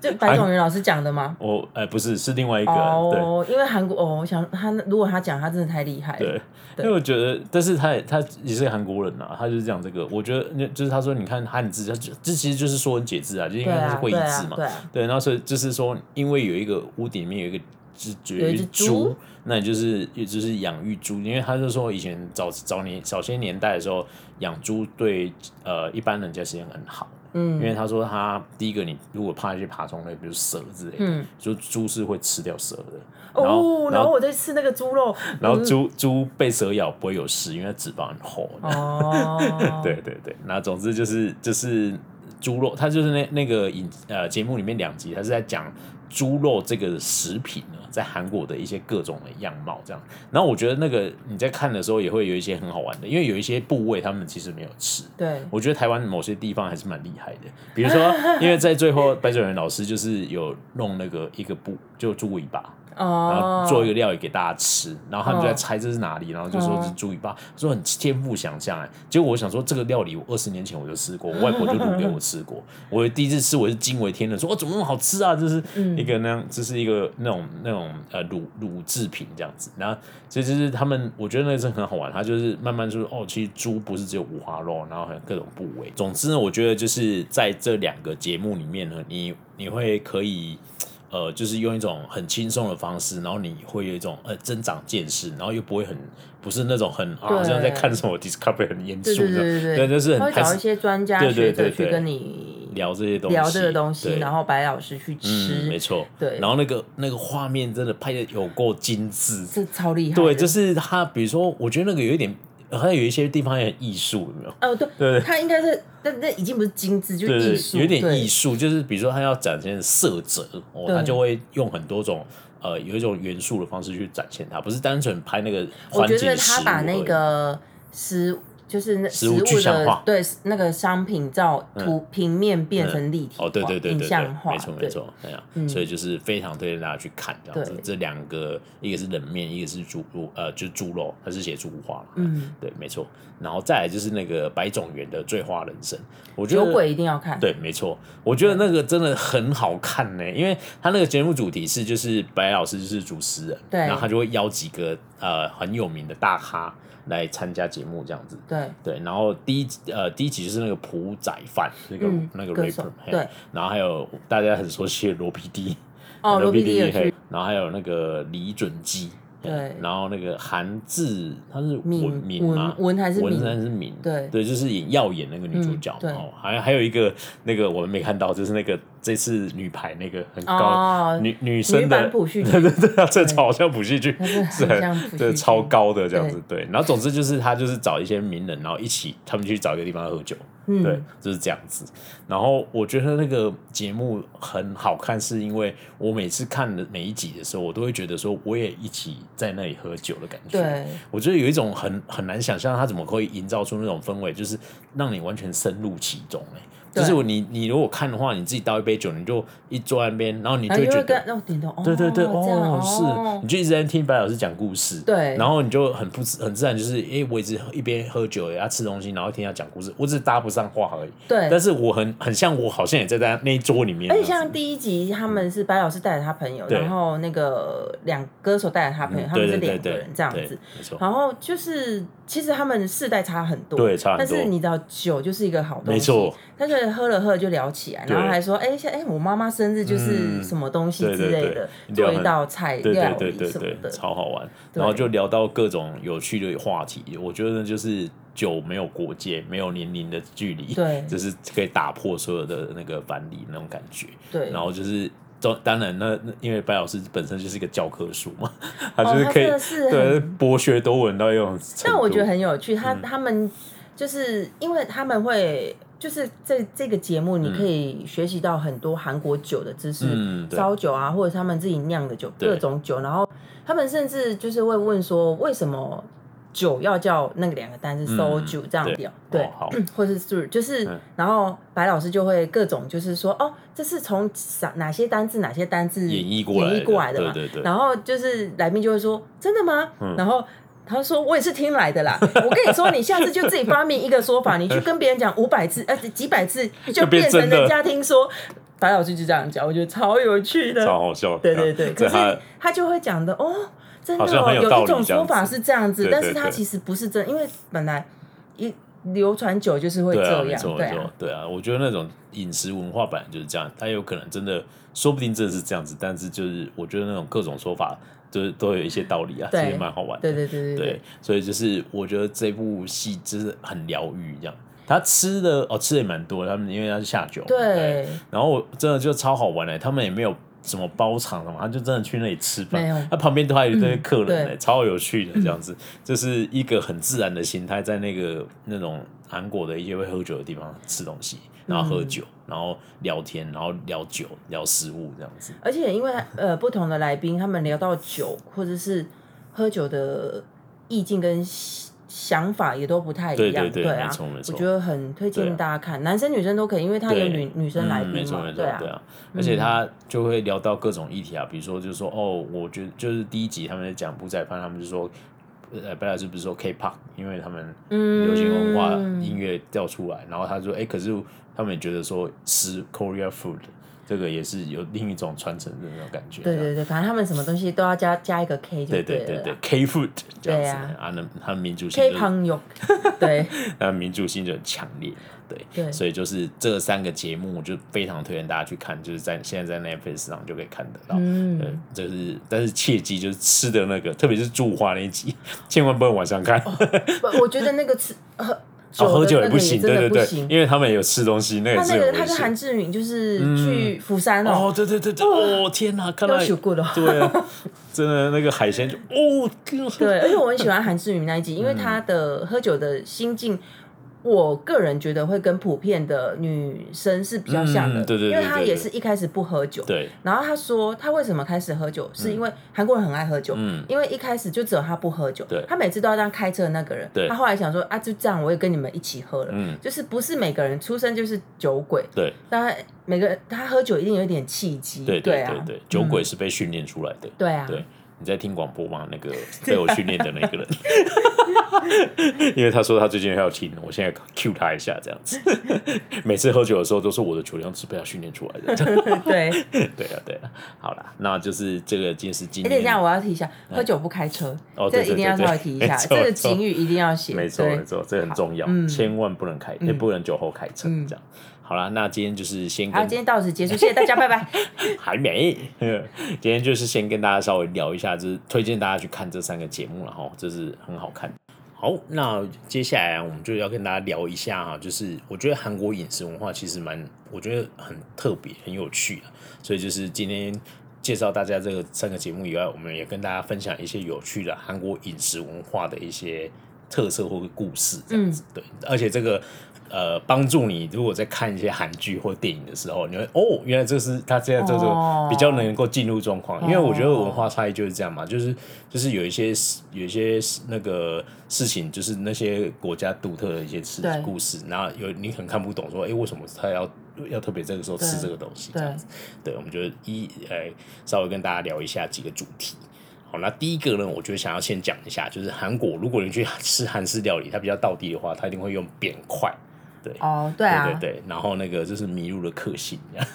Speaker 2: 就 白种元老师讲的吗？
Speaker 1: 我呃不是，是另外一个人、
Speaker 2: 哦，因为韩国哦，我想他如果他讲，他真的太厉害
Speaker 1: 对
Speaker 2: 了。
Speaker 1: 对。因
Speaker 2: 对
Speaker 1: 为我觉得，但是他也他也是韩国人呐、啊，他就是讲这个。我觉得那就是他说，你看汉字，他就这其实就是说文解字啊，就因
Speaker 2: 对
Speaker 1: 为它是
Speaker 2: 啊，
Speaker 1: 会议
Speaker 2: 对
Speaker 1: 制
Speaker 2: 啊，
Speaker 1: 嘛。
Speaker 2: 对啊，
Speaker 1: 对，然后所以就是说，因为有一个屋顶里面有一个只绝
Speaker 2: 有一只
Speaker 1: 猪，
Speaker 2: 猪
Speaker 1: 那你就是也就是养育猪，因为他就说以前早早年早些年代的时候，养猪对呃一般人家是件很好，因为
Speaker 2: 嗯
Speaker 1: 他说他第一个你如果怕一些爬虫类，比如蛇之类的，
Speaker 2: 嗯。
Speaker 1: 就猪是会吃掉蛇的，然后、
Speaker 2: 哦，
Speaker 1: 然
Speaker 2: 然后嗯
Speaker 1: 后
Speaker 2: 我在吃那个 猪肉。
Speaker 1: 然后猪、猪被蛇咬不会有事，因为它脂肪很厚。，
Speaker 2: 哦
Speaker 1: 对对对，那总之就是就是猪肉，它就是那那个影呃节目里面两集，它是在讲猪肉这个食品呢，在韩国的一些各种的样貌这样。然后我觉得那个你在看的时候也会有一些很好玩的，因为有一些部位他们其实没有吃，
Speaker 2: 对，
Speaker 1: 我觉得台湾某些地方还是蛮厉害的，比如说，因为在最后白九元老师就是有弄那个一个布，就猪尾巴，然
Speaker 2: 哦
Speaker 1: 后，做一个料理给大家吃，然后他们就在
Speaker 2: 哦
Speaker 1: 猜这是哪里，然后就说这是猪尾巴，说很天赋想象哎。结果我想说这个料理我二十年前我就吃过，我外婆就卤给我吃过，我第一次吃我是惊为天人，说哦怎么那么好吃啊？这是一个那样，这是一个那种那种呃卤卤制品这样子。然后这就是他们，我觉得那是很好玩，他就是慢慢说哦，其实猪不是只有五花肉，然后还有各种部位。总之呢，我觉得就是在这两个节目里面呢，你你会可以。呃，就是用一种很轻松的方式，然后你会有一种呃增长见识，然后又不会很不是那种很啊，好像在看什么 Discovery 很严
Speaker 2: 对
Speaker 1: 肃
Speaker 2: 对
Speaker 1: 的，
Speaker 2: 对对
Speaker 1: 对，就是
Speaker 2: 他
Speaker 1: 很
Speaker 2: 会
Speaker 1: 还
Speaker 2: 找
Speaker 1: 是
Speaker 2: 一些专家
Speaker 1: 对对
Speaker 2: 学
Speaker 1: 对
Speaker 2: 者
Speaker 1: 对
Speaker 2: 去跟你
Speaker 1: 聊这些东西，
Speaker 2: 聊这个东西，
Speaker 1: 对
Speaker 2: 然后白老师去
Speaker 1: 嗯，没
Speaker 2: 吃，
Speaker 1: 错，
Speaker 2: 对
Speaker 1: 然后那个那个画面真的拍的有够精致，
Speaker 2: 这超厉害的。
Speaker 1: 对，就是他，比如说，我觉得那个有一点还有一些地方也很艺术，有没有？
Speaker 2: 哦，对，
Speaker 1: 对
Speaker 2: 它应该是，但那已经不是精致，就
Speaker 1: 对
Speaker 2: 是
Speaker 1: 对
Speaker 2: 艺术，
Speaker 1: 有点艺
Speaker 2: 术，
Speaker 1: 术，就是比如说他要展现色泽，哦，
Speaker 2: 对
Speaker 1: 他就会用很多种呃有一种元素的方式去展现它，不是单纯拍那个
Speaker 2: 我
Speaker 1: 环
Speaker 2: 觉
Speaker 1: 境
Speaker 2: 得
Speaker 1: 食
Speaker 2: 他
Speaker 1: 物
Speaker 2: 把
Speaker 1: 而
Speaker 2: 那
Speaker 1: 已
Speaker 2: 个食就是那
Speaker 1: 食
Speaker 2: 食
Speaker 1: 物具象化嗯
Speaker 2: 的对那个商品照图平面变成立体化，
Speaker 1: 哦，对对对
Speaker 2: 影
Speaker 1: 对对
Speaker 2: 像，化，
Speaker 1: 没错没
Speaker 2: 对，嗯
Speaker 1: 错，哎呀，所以就是非常推荐大家去看这样子
Speaker 2: 对。
Speaker 1: 这两个，一个是冷面，一个是猪肉，呃，就是猪肉，它是写猪五花嘛，
Speaker 2: 嗯，
Speaker 1: 对，没错。然后再来就是那个白种元的《醉花人生》，我觉得
Speaker 2: 酒鬼一定要看，
Speaker 1: 对，没错，我觉得那个真的很好看呢、因为他那个节目主题是就是白老师就是主持人，
Speaker 2: 对
Speaker 1: 然后他就会邀几个呃很有名的大咖来参加节目这样子，
Speaker 2: 对
Speaker 1: 对，然后第一集呃第一集就是那个朴宰范那个、
Speaker 2: 嗯
Speaker 1: 那个
Speaker 2: 歌
Speaker 1: rapper，
Speaker 2: 手
Speaker 1: 嘿
Speaker 2: 对，
Speaker 1: 然后还有大家很熟悉的罗 PD，
Speaker 2: 哦，罗宾
Speaker 1: PD
Speaker 2: 迪也
Speaker 1: 嘿
Speaker 2: 去，
Speaker 1: 然后还有那个李准基，嘿
Speaker 2: 对
Speaker 1: 然后那个韩志他是
Speaker 2: 敏
Speaker 1: 文敏吗？
Speaker 2: 文文还是
Speaker 1: 文
Speaker 2: 敏
Speaker 1: 山是敏，
Speaker 2: 对
Speaker 1: 对，就是演耀演那个女主角、
Speaker 2: 嗯对
Speaker 1: 哦，还还有一个那个我们没看到，就是那个这次女排那个很高、
Speaker 2: 哦，
Speaker 1: 女女生的
Speaker 2: 女版朴叙
Speaker 1: 对对对，这超像普戏剧，
Speaker 2: 那是
Speaker 1: 是
Speaker 2: 很像朴
Speaker 1: 很
Speaker 2: 叙
Speaker 1: 对
Speaker 2: 剧
Speaker 1: 超高的这样子对，然后总之就是他就是找一些名人，然后一起他们去找一个地方喝酒，
Speaker 2: 嗯
Speaker 1: 对，就是这样子。然后我觉得那个节目很好看，是因为我每次看的每一集的时候，我都会觉得说我也一起在那里喝酒的感觉。
Speaker 2: 对，
Speaker 1: 我觉得有一种很很难想象他怎么可以营造出那种氛围，就是让你完全深入其中、欸就
Speaker 2: 对
Speaker 1: 是我你你如果看的话，你自己倒一杯酒，你就一坐在那边，然后你就
Speaker 2: 然
Speaker 1: 会
Speaker 2: 后就
Speaker 1: 觉
Speaker 2: 会
Speaker 1: 得
Speaker 2: 跟哦点头，哦
Speaker 1: 对对对，
Speaker 2: 这样
Speaker 1: 哦，是，
Speaker 2: 哦
Speaker 1: 你就一直在听白老师讲故事，
Speaker 2: 对
Speaker 1: 然后你就很不自很自然，就是诶，我一直一边喝酒，也要吃东西，然后听他讲故事，我只是搭不上话而已。
Speaker 2: 对
Speaker 1: 但是我很很像我好像也在他那一桌里面啊这样
Speaker 2: 而且
Speaker 1: 子，
Speaker 2: 像第一集，他们是白老师带着他朋友，
Speaker 1: 对
Speaker 2: 然后那个两歌手带着他朋友，他
Speaker 1: 对
Speaker 2: 们
Speaker 1: 对
Speaker 2: 是
Speaker 1: 嗯对
Speaker 2: 两个
Speaker 1: 对
Speaker 2: 人这样
Speaker 1: 对
Speaker 2: 子。
Speaker 1: 没错，
Speaker 2: 然后就是，其实他们世代差很多，
Speaker 1: 对差很多
Speaker 2: 但是你知道，酒就是一个好东西，
Speaker 1: 没错。
Speaker 2: 但是喝了喝了就聊起来，
Speaker 1: 对
Speaker 2: 然后还说，哎，像哎，我妈妈生日就是
Speaker 1: 嗯
Speaker 2: 什么东西
Speaker 1: 对对
Speaker 2: 之类
Speaker 1: 对
Speaker 2: 的，
Speaker 1: 聊
Speaker 2: 做
Speaker 1: 很
Speaker 2: 一道菜
Speaker 1: 对
Speaker 2: 料
Speaker 1: 对对
Speaker 2: 理
Speaker 1: 对
Speaker 2: 什么
Speaker 1: 对，
Speaker 2: 的，
Speaker 1: 超好玩。
Speaker 2: 对
Speaker 1: 然后就聊到各种有趣的话题，我觉得就是酒没有国界，没有年龄的距离，
Speaker 2: 对
Speaker 1: 就是可以打破所有的那个藩篱那种感觉。
Speaker 2: 对。
Speaker 1: 然后就是，当当然那那因为白老师本身就是一个教科书嘛， 他
Speaker 2: 哦
Speaker 1: 就是
Speaker 2: 他
Speaker 1: 可以、
Speaker 2: 真的是
Speaker 1: 对
Speaker 2: 很
Speaker 1: 博学多闻到一种程
Speaker 2: 但我
Speaker 1: 度嗯
Speaker 2: 觉得很有趣，他他们就是因为他们会。就是这这个节目，你可以学习到很多韩国酒的知识，
Speaker 1: 嗯对
Speaker 2: 烧酒啊，或者他们自己酿的酒，
Speaker 1: 对
Speaker 2: 各种酒。然后他们甚至就是会问说，为什么酒要叫那个两个单
Speaker 1: 嗯
Speaker 2: 是 “so 酒”这样
Speaker 1: 对
Speaker 2: 表？对嗯
Speaker 1: 哦，好，
Speaker 2: 或是是就是，
Speaker 1: 嗯
Speaker 2: 然后白老师就会各种就是说，哦，这是从哪哪些单字哪些单字
Speaker 1: 演绎过来的
Speaker 2: 演绎过来的嘛，
Speaker 1: 对对对
Speaker 2: 然后就是来宾就会说，真的吗？
Speaker 1: 嗯
Speaker 2: 然后。他说：“我也是听来的啦， 我跟你说，你下次就自己发明一个 说法，你去跟别人讲五百次，呃，几百次就
Speaker 1: 变
Speaker 2: 变成
Speaker 1: 真的
Speaker 2: 人家听说。”白老师就这样讲，我觉得超有趣的，
Speaker 1: 超好笑。
Speaker 2: 对对对，
Speaker 1: 这
Speaker 2: 可
Speaker 1: 他
Speaker 2: 是他就会讲的哦，真的、
Speaker 1: 好像
Speaker 2: 哦、
Speaker 1: 很有道理
Speaker 2: 一种说法是这样子，
Speaker 1: 这样子
Speaker 2: 但
Speaker 1: 对
Speaker 2: 是
Speaker 1: 对
Speaker 2: 他
Speaker 1: 对
Speaker 2: 其实不是真，因为本来一流传久就是会
Speaker 1: 对啊，
Speaker 2: 这
Speaker 1: 没
Speaker 2: 样，
Speaker 1: 错
Speaker 2: 对
Speaker 1: 没错，对啊，我觉得那种饮食文化本来就是这样，它有可能真的，说不定真的是这样子，但是就是我觉得那种各种说法，就是都有一些道理啊，其
Speaker 2: 对
Speaker 1: 实蛮好玩的。
Speaker 2: 对对对对
Speaker 1: 对
Speaker 2: 对，
Speaker 1: 所以就是我觉得这部戏就是很疗愈，这样。他吃的哦，吃的也蛮多的，他们因为他是下酒嘛，
Speaker 2: 对，
Speaker 1: 然后我真的就超好玩的，他们也没有什么包场的嘛，他就真的去那里吃
Speaker 2: 没有嗯
Speaker 1: 饭，他旁边都还有一堆客人
Speaker 2: 对
Speaker 1: 呢、超有趣的这样子，就是一个很自然的形态，在那个那种韩国的一些会喝酒的地方吃东西，然后喝酒，
Speaker 2: 嗯
Speaker 1: 然后聊天，然后聊酒，聊食物这样子，
Speaker 2: 而且因为呃不同的来宾，他们聊到酒或者是喝酒的意境跟想想法也都不太
Speaker 1: 对
Speaker 2: 一样，
Speaker 1: 对对
Speaker 2: 啊
Speaker 1: 没错没，错
Speaker 2: 我觉得很推
Speaker 1: 对啊
Speaker 2: 荐大家看，男生女生都可以，因为他有
Speaker 1: 对
Speaker 2: 女女生来
Speaker 1: 嗯没
Speaker 2: 宾
Speaker 1: 错
Speaker 2: 嘛
Speaker 1: 没，错，
Speaker 2: 对啊
Speaker 1: 对，啊，而且他就会聊到各种议题啊，比如说就是说哦，我觉得就是第一集他们在讲不仔饭，他们就说。呃，白老师不是说 K-pop，因为他们
Speaker 2: 嗯
Speaker 1: 流行文化音乐调出来，然后他说，哎、可是他们也觉得说吃 Korea food 这个也是有另一种传承的那种感觉，
Speaker 2: 对对对，反正他们什么东西都要加加一个 K
Speaker 1: 啊
Speaker 2: 就
Speaker 1: 对对
Speaker 2: 对
Speaker 1: 对
Speaker 2: 了
Speaker 1: 对
Speaker 2: 啦
Speaker 1: ，K food 这样子
Speaker 2: 对
Speaker 1: 啊，那他们民族性
Speaker 2: ，K
Speaker 1: 就
Speaker 2: 朋友， 对。
Speaker 1: 那民族性就很强烈，对，
Speaker 2: 对
Speaker 1: 所以就是这三个节目，我就非常推荐大家去看，就是在现在在 Netflix 上就可以看得到，
Speaker 2: 嗯
Speaker 1: 对，就是但是切记就是吃 的那个，特别是住花那一集，千万不能晚上看，
Speaker 2: 不我觉得那个吃喝
Speaker 1: 哦，喝酒
Speaker 2: 哦酒的那
Speaker 1: 不
Speaker 2: 个
Speaker 1: 行，
Speaker 2: 也
Speaker 1: 对
Speaker 2: 真
Speaker 1: 对
Speaker 2: 的不
Speaker 1: 对，
Speaker 2: 行。
Speaker 1: 因为他们有吃东西，那
Speaker 2: 他
Speaker 1: 也是
Speaker 2: 那个
Speaker 1: 有
Speaker 2: 他
Speaker 1: 危
Speaker 2: 跟韩
Speaker 1: 险。嗯
Speaker 2: 志敏就是去釜山哦，
Speaker 1: 哦，对对对对，哦天哪，看到
Speaker 2: 都学过哦了。
Speaker 1: 对啊，真的那个海鲜就哦，
Speaker 2: 对，而且我很喜欢韩志云那一集，
Speaker 1: 嗯
Speaker 2: 因为她的喝酒的心境，我个人觉得会跟普遍的女生是比较像的，
Speaker 1: 嗯对对对
Speaker 2: 因为她
Speaker 1: 对对
Speaker 2: 也是一开始不喝酒。
Speaker 1: 对
Speaker 2: 然后她说，她为什么开始喝酒，是因为韩国人很爱喝酒，
Speaker 1: 嗯
Speaker 2: 因为一开始就只有她不喝酒
Speaker 1: 对，
Speaker 2: 她每次都要让开车的那个人
Speaker 1: 对，
Speaker 2: 她后来想说啊，就这样，我也跟你们一起喝了，
Speaker 1: 嗯
Speaker 2: 就是不是每个人出生就是酒鬼，
Speaker 1: 对
Speaker 2: 当然每个他喝酒一定有一点契机，
Speaker 1: 对
Speaker 2: 对
Speaker 1: 对
Speaker 2: 啊
Speaker 1: 对，对，酒鬼是被训练出来的。
Speaker 2: 对啊，
Speaker 1: 对，你在听广播吗？那个被我训练的那个人，因为他说他最近要听，我现在 cue 他一下，这样子。 每次喝酒的时候都是我的酒量是被他训练出 来的。
Speaker 2: 对。
Speaker 1: 对啊，对啊，好啦，那就是这个就是今
Speaker 2: 哎，等一下，
Speaker 1: 天。
Speaker 2: 我要提一下，
Speaker 1: 嗯
Speaker 2: 喝酒不开车，
Speaker 1: 哦
Speaker 2: 这
Speaker 1: 对对
Speaker 2: 一定要
Speaker 1: 对对
Speaker 2: 稍微提一 下，
Speaker 1: 没错
Speaker 2: 这个
Speaker 1: 没错
Speaker 2: 警语一定要写。
Speaker 1: 没错，
Speaker 2: 对
Speaker 1: 没错，这很重要，
Speaker 2: 嗯
Speaker 1: 千万不能开，也不能酒后开车，
Speaker 2: 嗯
Speaker 1: 这样。好啦，那今天就是先
Speaker 2: 好，
Speaker 1: 跟
Speaker 2: 今天到此结束，谢谢大家，拜 拜。
Speaker 1: 还没。今天就是先跟大家稍微聊一下，就是推荐大家去看这三个节目了哈，这是很好看。好，那接下来啊我们就要跟大家聊一下哈，就是我觉得韩国饮食文化其实蛮，我觉得很特别，很有趣啊。所以就是今天介绍大家这个三个节目以外，我们也跟大家分享一些有趣的韩国饮食文化的一些特色或者故事这
Speaker 2: 嗯
Speaker 1: 样子。对，而且这个呃，帮助你如果在看一些韩剧或电影的时候，你会哦，原来这是他这样这个
Speaker 2: 哦
Speaker 1: 比较能够进入状况，因为我觉得文化差异就是这样嘛，就是就是有一些有一些那个事情，就是那些国家独特的一些事
Speaker 2: 对
Speaker 1: 故事，然后有你可能看不懂说，哎，为什么他要要特别这个时候吃
Speaker 2: 对
Speaker 1: 这个东西这
Speaker 2: 对
Speaker 1: 样子？对，我们就一呃稍微跟大家聊一下几个主题。好，那第一个呢，我觉得想要先讲一下，就是韩国，如果你去 吃韩式料理，它比较道地的话，它一定会用扁筷，对，
Speaker 2: 哦，对啊
Speaker 1: 对，对对，然后那个就是麋鹿的克星， 这样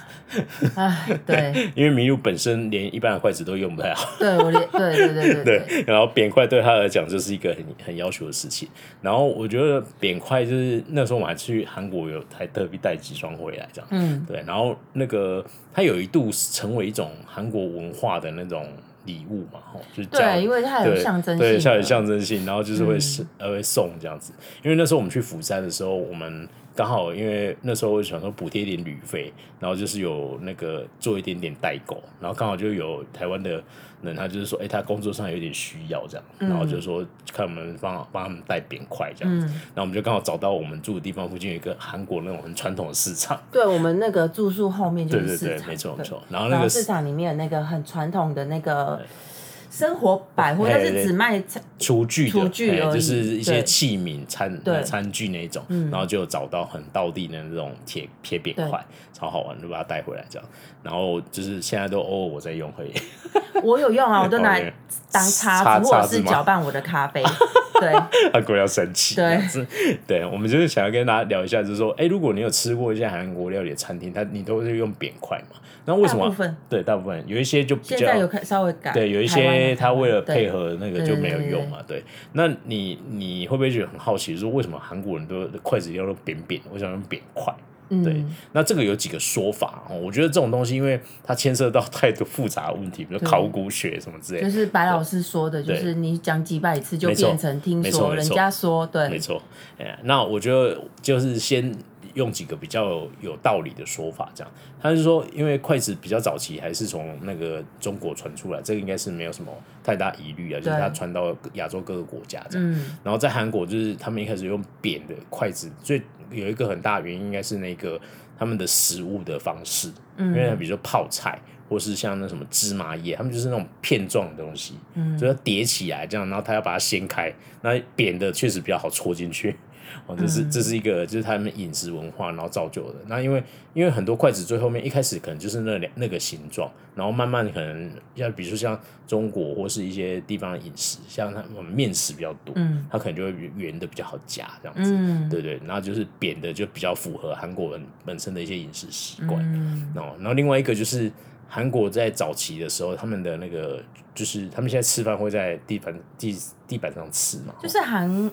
Speaker 2: 哎，对，
Speaker 1: 因为麋鹿本身连一般的筷子都用不太好，
Speaker 2: 对我连，对对对对对，
Speaker 1: 对， 然后扁块对他来讲就是一个很很要求的事情。然后我觉得扁块就是那时候我还去韩国有还特别带几双回来这样，
Speaker 2: 嗯，
Speaker 1: 对，然后那个它有一度成为一种韩国文化的那种礼物嘛，吼，就是叫
Speaker 2: 对，因为它有
Speaker 1: 对
Speaker 2: 象征性的，嗯
Speaker 1: 对，它有象征性，然后就是会是、呃会送这样子。因为那时候我们去釜山的时候，我们刚好因为那时候我想说补贴一点旅费，然后就是有那个做一点点代购，然后刚好就有台湾的人，他就是说，哎、他工作上有点需要这样，然后
Speaker 2: 嗯
Speaker 1: 就说看我们帮帮他们带扁块这样子，然后我们就刚好找到我们住的地方附近有一个韩国那种很传统的市场，
Speaker 2: 对我们那个住宿后面就
Speaker 1: 对
Speaker 2: 是
Speaker 1: 对
Speaker 2: 市
Speaker 1: 对，
Speaker 2: 场，
Speaker 1: 没错没
Speaker 2: 对。
Speaker 1: 错，然后那
Speaker 2: 然后
Speaker 1: 个
Speaker 2: 市场里面有那个很传统的那个生活百货，
Speaker 1: 哎
Speaker 2: 但是
Speaker 1: 对
Speaker 2: 只卖
Speaker 1: 厨具的，
Speaker 2: 厨具
Speaker 1: 哎
Speaker 2: 而已
Speaker 1: 就是一些
Speaker 2: 对
Speaker 1: 器皿、餐呃
Speaker 2: 对嗯
Speaker 1: 餐具那一种，然后就找到很道地的那种铁铁扁块，超好玩，就把它带回来这样。然后就是现在都偶尔我在用会，
Speaker 2: 我有用啊，我都拿来
Speaker 1: OK
Speaker 2: 当叉
Speaker 1: 哦叉
Speaker 2: 子或
Speaker 1: 叉
Speaker 2: 者
Speaker 1: 子
Speaker 2: 是
Speaker 1: 吗
Speaker 2: 搅拌我的咖 啡，对，
Speaker 1: 阿哥要生气。
Speaker 2: 对
Speaker 1: 这样子，对，我们就是想要跟大家聊一下，就是说，哎，如果你有吃过一些韩国料理的餐厅，它你都是用扁块嘛？那为什
Speaker 2: 大
Speaker 1: 么
Speaker 2: 部？分
Speaker 1: 对，大部分有一些就比
Speaker 2: 现
Speaker 1: 较
Speaker 2: 在有看稍微改，
Speaker 1: 对，有一
Speaker 2: 台湾
Speaker 1: 些
Speaker 2: 的
Speaker 1: 他为了
Speaker 2: 对
Speaker 1: 配合那个
Speaker 2: 对
Speaker 1: 就没有
Speaker 2: 对对
Speaker 1: 用嘛，对。那你你会不会觉得很好奇，说为什么韩国人都筷子要用扁扁，为什么用扁筷？对
Speaker 2: 嗯，
Speaker 1: 那这个有几个说法哦，我觉得这种东西，因为它牵涉到太多复杂的问题，比如
Speaker 2: 对
Speaker 1: 考古学什么之类
Speaker 2: 就
Speaker 1: 的，
Speaker 2: 是白老师说的，就
Speaker 1: 对
Speaker 2: 是你讲几百次就
Speaker 1: 没错
Speaker 2: 变成听
Speaker 1: 没错
Speaker 2: 说，
Speaker 1: 没
Speaker 2: 人
Speaker 1: 错
Speaker 2: 家说，
Speaker 1: 没
Speaker 2: 对，
Speaker 1: 错。哎，那我觉得就是先用几个比较有道理的说法，这样。他是说，因为筷子比较早期还是从那个中国传出来，这个应该是没有什么太大疑虑啊，就是
Speaker 2: 对
Speaker 1: 它传到亚洲各个国家这样。
Speaker 2: 嗯，
Speaker 1: 然后在韩国就是他们一开始用扁的筷子，最有一个很大的原因应该是那个他们的食物的方式，嗯、因为比如说泡菜。或是像那什么芝麻叶，他们就是那种片状的东西，嗯，就要叠起来这样，然后他要把它掀开，那扁的确实比较好戳进去，哦，这
Speaker 2: 嗯
Speaker 1: 是这是一个就是他们饮食文化然后造就的。那因为因为很多筷子最后面一开始可能就是那两那个形状，然后慢慢可能要比如说像中国或是一些地方的饮食，像他们面食比较多，
Speaker 2: 嗯，
Speaker 1: 它可能就会圆的比较好夹这样子，
Speaker 2: 嗯，
Speaker 1: 对对，然后就是扁的就比较符合韩国人本身的一些饮食习惯。
Speaker 2: 嗯，
Speaker 1: 哦，然后另外一个就是韩国在早期的时候，他们的那个就是他们现在吃饭会在地板地地板上吃嘛，
Speaker 2: 就是韩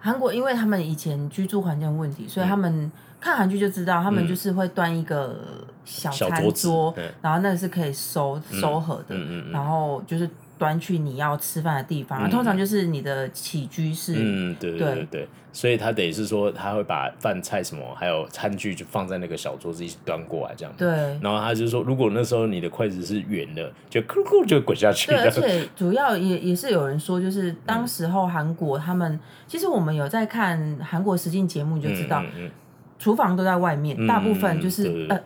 Speaker 2: 韩国，因为他们以前居住环境问题，所以他
Speaker 1: 嗯
Speaker 2: 们看韩剧就知道，他们就是会端一个小
Speaker 1: 哦小
Speaker 2: 餐
Speaker 1: 桌子对嗯
Speaker 2: 然后那个是可以收收合的
Speaker 1: 嗯嗯嗯，
Speaker 2: 然后就是端去你要吃饭的地方，通常就是你的起居室。
Speaker 1: 嗯，对对
Speaker 2: 对
Speaker 1: 对对，所以他等于是说他会把饭菜什么还有餐具就放在那个小桌子一起端过来这样。。
Speaker 2: 对
Speaker 1: 然后他就说，如果那时候你的筷子是圆的，就咕咕就滚下去
Speaker 2: 对，而
Speaker 1: 的。
Speaker 2: 且 主要也也是有人说，就是
Speaker 1: 嗯
Speaker 2: 当时候韩国他们，其实我们有在看韩国实境节目，你就知道、
Speaker 1: 嗯嗯
Speaker 2: 厨房都在外面，大部分就
Speaker 1: 对对
Speaker 2: 是
Speaker 1: 对
Speaker 2: 呃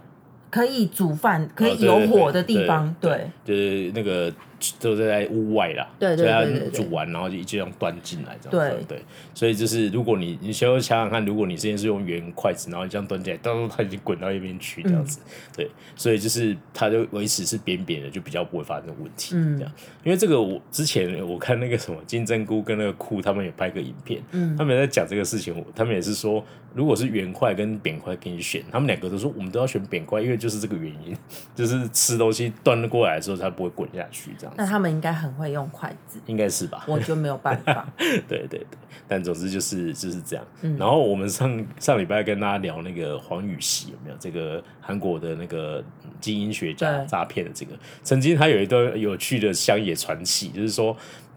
Speaker 2: 可以煮饭、可
Speaker 1: 哦
Speaker 2: 以
Speaker 1: 对
Speaker 2: 有
Speaker 1: 对
Speaker 2: 火
Speaker 1: 对
Speaker 2: 的地方，
Speaker 1: 对就
Speaker 2: 对
Speaker 1: 是那个都在屋外啦，
Speaker 2: 对
Speaker 1: 所
Speaker 2: 对对
Speaker 1: 以他
Speaker 2: 对对对
Speaker 1: 煮完然后就一这样端进来这样子
Speaker 2: 对，
Speaker 1: 对，所以就是如果你你先想想看，如果你之前是用圆筷子，然后这样端起来，到时候它已经滚到一边去这样子，
Speaker 2: 嗯
Speaker 1: 对，所以就是它就维持是扁扁的，就比较不会发生问题，
Speaker 2: 嗯
Speaker 1: 这样，因为这个我之前我看那个什么金针菇跟那个库他们有拍个影片，嗯，他们在讲这个事情，我他们也是说，如果是圆块跟扁块给你选，他们两个都说我们都要选扁块，因为就是这个原因， 就是吃东西端了过来的时候它不会滚下去这样
Speaker 2: 那
Speaker 1: 子，
Speaker 2: 他们应该很会用筷 子，
Speaker 1: 应该是吧？
Speaker 2: 我就没有办法。
Speaker 1: 对对对，但总之就是就是这样。
Speaker 2: 嗯
Speaker 1: 然后我们上上礼拜跟大家聊那个黄禹锡有没有这个韩国的那个嗯精英学家
Speaker 2: 对
Speaker 1: 诈骗的这个，曾经他有一段有趣的乡野传奇，就是说。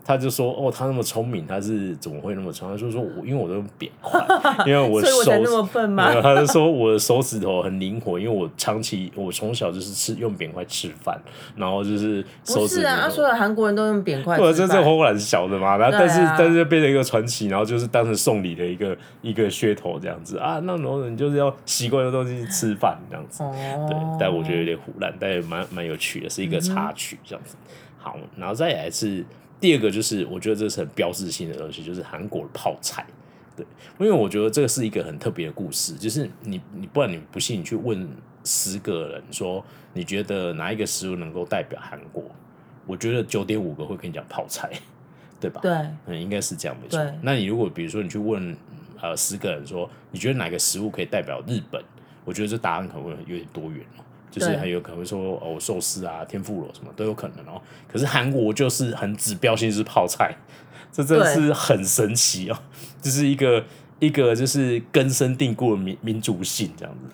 Speaker 1: 他就说：“哦，他那么聪明，他是怎么会那么聪明？”他就说我：“因为我都用扁筷， 因为我
Speaker 2: 所以我
Speaker 1: 手
Speaker 2: 才那么笨吗
Speaker 1: 没有他就说我的手指头很灵活，因为我长期我从小就是吃用扁筷吃饭，然后就是手
Speaker 2: 不
Speaker 1: 指
Speaker 2: 是啊，
Speaker 1: 灵
Speaker 2: 啊
Speaker 1: 活
Speaker 2: 所有韩国人都用扁筷
Speaker 1: 对，
Speaker 2: 子
Speaker 1: 这是红蓝小的嘛，然后
Speaker 2: 对
Speaker 1: 但是、
Speaker 2: 啊
Speaker 1: 但是就变成一个传奇，然后就是当成送礼的一个一个噱头这样子啊，那然后人就是要习惯用东西吃饭这样子，
Speaker 2: 哦，
Speaker 1: 对，但我觉得有点胡乱，但也蛮蛮有趣的，是一个插曲这样子。好，然后再来是第二个，就是我觉得这是很标志性的东西，就是韩国的泡菜。对，因为我觉得这个是一个很特别的故事，就是你你不然你不信，你去问十个人说你觉得哪一个食物能够代表韩国，我觉得九点五个会跟你讲泡菜，对吧？
Speaker 2: 对
Speaker 1: 嗯，应该是这样没错
Speaker 2: 对。
Speaker 1: 那你如果比如说你去问嗯呃十个人说，你觉得哪个食物可以代表日本？我觉得这答案可能会有点多元哦，就是
Speaker 2: 对
Speaker 1: 很有可能会说哦寿司啊、天妇罗什么都有可能哦。可是韩国就是很指标性就是泡菜， 这真的
Speaker 2: 对
Speaker 1: 是很神奇哦， 就是一个一个就是根深蒂固的民民族性这样子，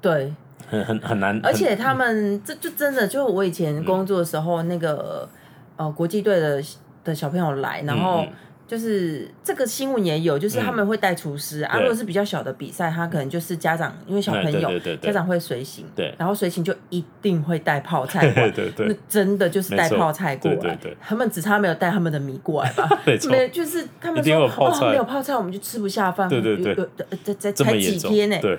Speaker 2: 对，
Speaker 1: 很很很哎难。很
Speaker 2: 而
Speaker 1: 嗯
Speaker 2: 且他们这就真的，就我以前工作的时候，那个呃国际队的的小朋友来，然后
Speaker 1: 嗯
Speaker 2: 就是这个新闻也有，就是他们会带厨师啊。
Speaker 1: 对
Speaker 2: 如果是比较小的比赛，他可能就是家长，因为小朋
Speaker 1: 嗯对
Speaker 2: 友
Speaker 1: 对对对
Speaker 2: 家长会随行，
Speaker 1: 对
Speaker 2: 然后随行就一定会带 泡菜
Speaker 1: 对
Speaker 2: 馆。
Speaker 1: 对
Speaker 2: 那
Speaker 1: 对，
Speaker 2: 真的就是带
Speaker 1: 没错
Speaker 2: 泡菜过来，
Speaker 1: 对对对
Speaker 2: 他们只差没有带他们的米过来吧？
Speaker 1: 没错，
Speaker 2: 没，就是他们
Speaker 1: 一定
Speaker 2: 说
Speaker 1: 有泡
Speaker 2: 哦，
Speaker 1: 菜
Speaker 2: 没有泡菜，我们就吃不下饭。
Speaker 1: 对对对
Speaker 2: 有有呃这这
Speaker 1: 这么
Speaker 2: 才
Speaker 1: 严
Speaker 2: 几
Speaker 1: 重，
Speaker 2: 天呢？欸
Speaker 1: 对。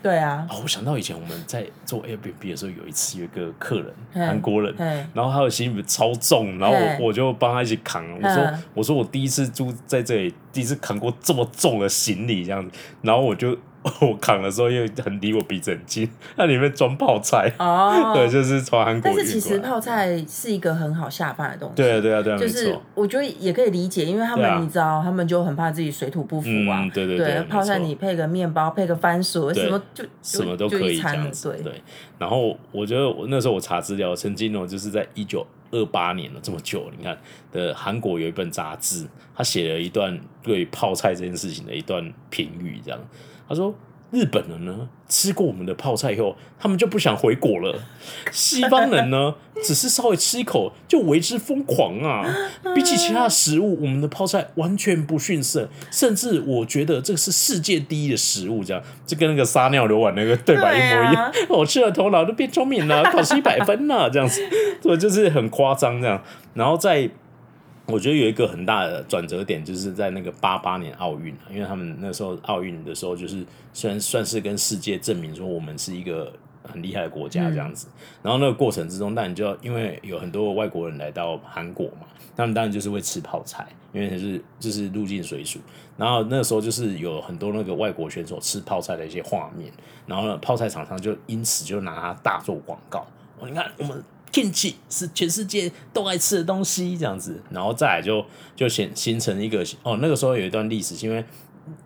Speaker 2: 对啊，
Speaker 1: 哦，我想到以前我们在做 Airbnb 的时候，有一次有一个客人，
Speaker 2: 嗯
Speaker 1: 韩国人，
Speaker 2: 嗯
Speaker 1: 然后他的行李超重，然后
Speaker 2: 嗯
Speaker 1: 我我就帮他一起扛。啊我说
Speaker 2: 嗯
Speaker 1: 我说我第一次住在这里，第一次扛过这么重的行李这样子，然后我就 我扛的时候又很离我鼻子很近，那里面装泡菜，
Speaker 2: 哦，
Speaker 1: 对，就是从韩国
Speaker 2: 但
Speaker 1: 运过
Speaker 2: 是
Speaker 1: 来。
Speaker 2: 其实泡菜是一个很好下饭的东西。
Speaker 1: 对啊对啊对啊，
Speaker 2: 就
Speaker 1: 没
Speaker 2: 是
Speaker 1: 错。
Speaker 2: 我觉得也可以理解，因为他
Speaker 1: 对啊
Speaker 2: 们你知道，他们就很怕自己水土不服啊
Speaker 1: 嗯。对对
Speaker 2: 对
Speaker 1: 对没
Speaker 2: 泡菜
Speaker 1: 错
Speaker 2: 你配个面包，配个番薯，
Speaker 1: 对
Speaker 2: 什么就就
Speaker 1: 什么都
Speaker 2: 就
Speaker 1: 可以
Speaker 2: 一
Speaker 1: 这
Speaker 2: 餐
Speaker 1: 样
Speaker 2: 了
Speaker 1: 子。
Speaker 2: 对
Speaker 1: 对，然后我觉得我那时候我查资料，曾经哦，就是在一九二八年了，这么久，你看的韩国有一本杂志，他写了一段对于泡菜这件事情的一段评语，这样他说。日本人呢，吃过我们的泡菜以后，他们就不想回国 了。西方人呢，只是稍微吃一口就为之疯狂啊！比起其他的食物，我们的泡菜完全不逊色，甚至我觉得这是世界第一的食物。这样，这跟那个撒尿流碗那个对白一模一样。
Speaker 2: 对啊
Speaker 1: 我吃了头脑都变聪明了，考试一百分了，这样子，所以就是很夸张这样。然后在我觉得有一个很大的转折点，就是在那个八八年奥运，啊因为他们那时候奥运的时候，就是虽然算是跟世界证明说我们是一个很厉害的国家这样子，然后那个过程之中，但你就要因为有很多外国人来到韩国嘛，他们当然就是会吃泡菜，因为就是就是入境水土。然后那时候就是有很多那个外国选手吃泡菜的一些画面，然后呢，泡菜厂商就因此就拿它大做广告。哦，你看我们 kimchi 是全世界都爱吃的东西，这样子，然后再来就就形形成一个哦，那个时候有一段历史，是因为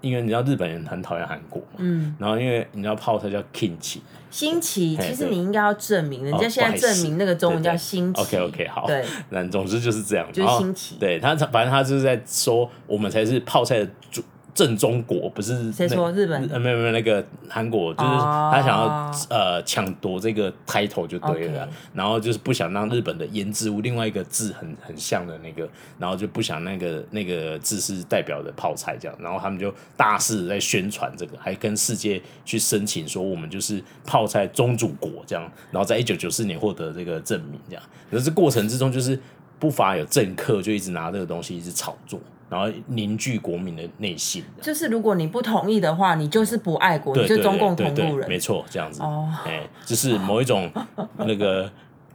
Speaker 1: 因为你知道日本人很讨厌韩国嘛，
Speaker 2: 嗯，
Speaker 1: 然后因为你知道泡菜叫 kimchi，
Speaker 2: 新奇，
Speaker 1: 嘿
Speaker 2: 其实
Speaker 1: 对
Speaker 2: 你应该要证明，人家
Speaker 1: 哦
Speaker 2: 现
Speaker 1: 不好
Speaker 2: 在
Speaker 1: 意思
Speaker 2: 证明那个中文
Speaker 1: 对对
Speaker 2: 叫新奇。
Speaker 1: OK，OK，好
Speaker 2: 对，
Speaker 1: 那总之就是这样，
Speaker 2: 就是
Speaker 1: 然后
Speaker 2: 新奇
Speaker 1: 对他，他反正他就是在说我们才是泡菜的主正中国，不是
Speaker 2: 谁
Speaker 1: 那
Speaker 2: 说日本
Speaker 1: 呃，没有没有，那个韩国就是
Speaker 2: 哦
Speaker 1: 他想要、呃抢夺这个 title 就对了
Speaker 2: OK
Speaker 1: 然后就是不想让日本的腌制物另外一个字很很像的那个，然后就不想那个那个字是代表的泡菜这样，然后他们就大肆地在宣传这个，还跟世界去申请说我们就是泡菜宗主国这样，然后在一九九四年获得这个证明这样，可是这过程之中就是不乏有政客就一直拿这个东西一直炒作，然后凝聚国民的内心这样。
Speaker 2: 就是如果你不同意的话，你就是不爱国，哦你
Speaker 1: 对
Speaker 2: 就
Speaker 1: 对
Speaker 2: 是中共
Speaker 1: 对
Speaker 2: 同
Speaker 1: 对
Speaker 2: 路
Speaker 1: 没
Speaker 2: 人。
Speaker 1: 错，这样子。
Speaker 2: 哦
Speaker 1: 哎， 就是某一种那个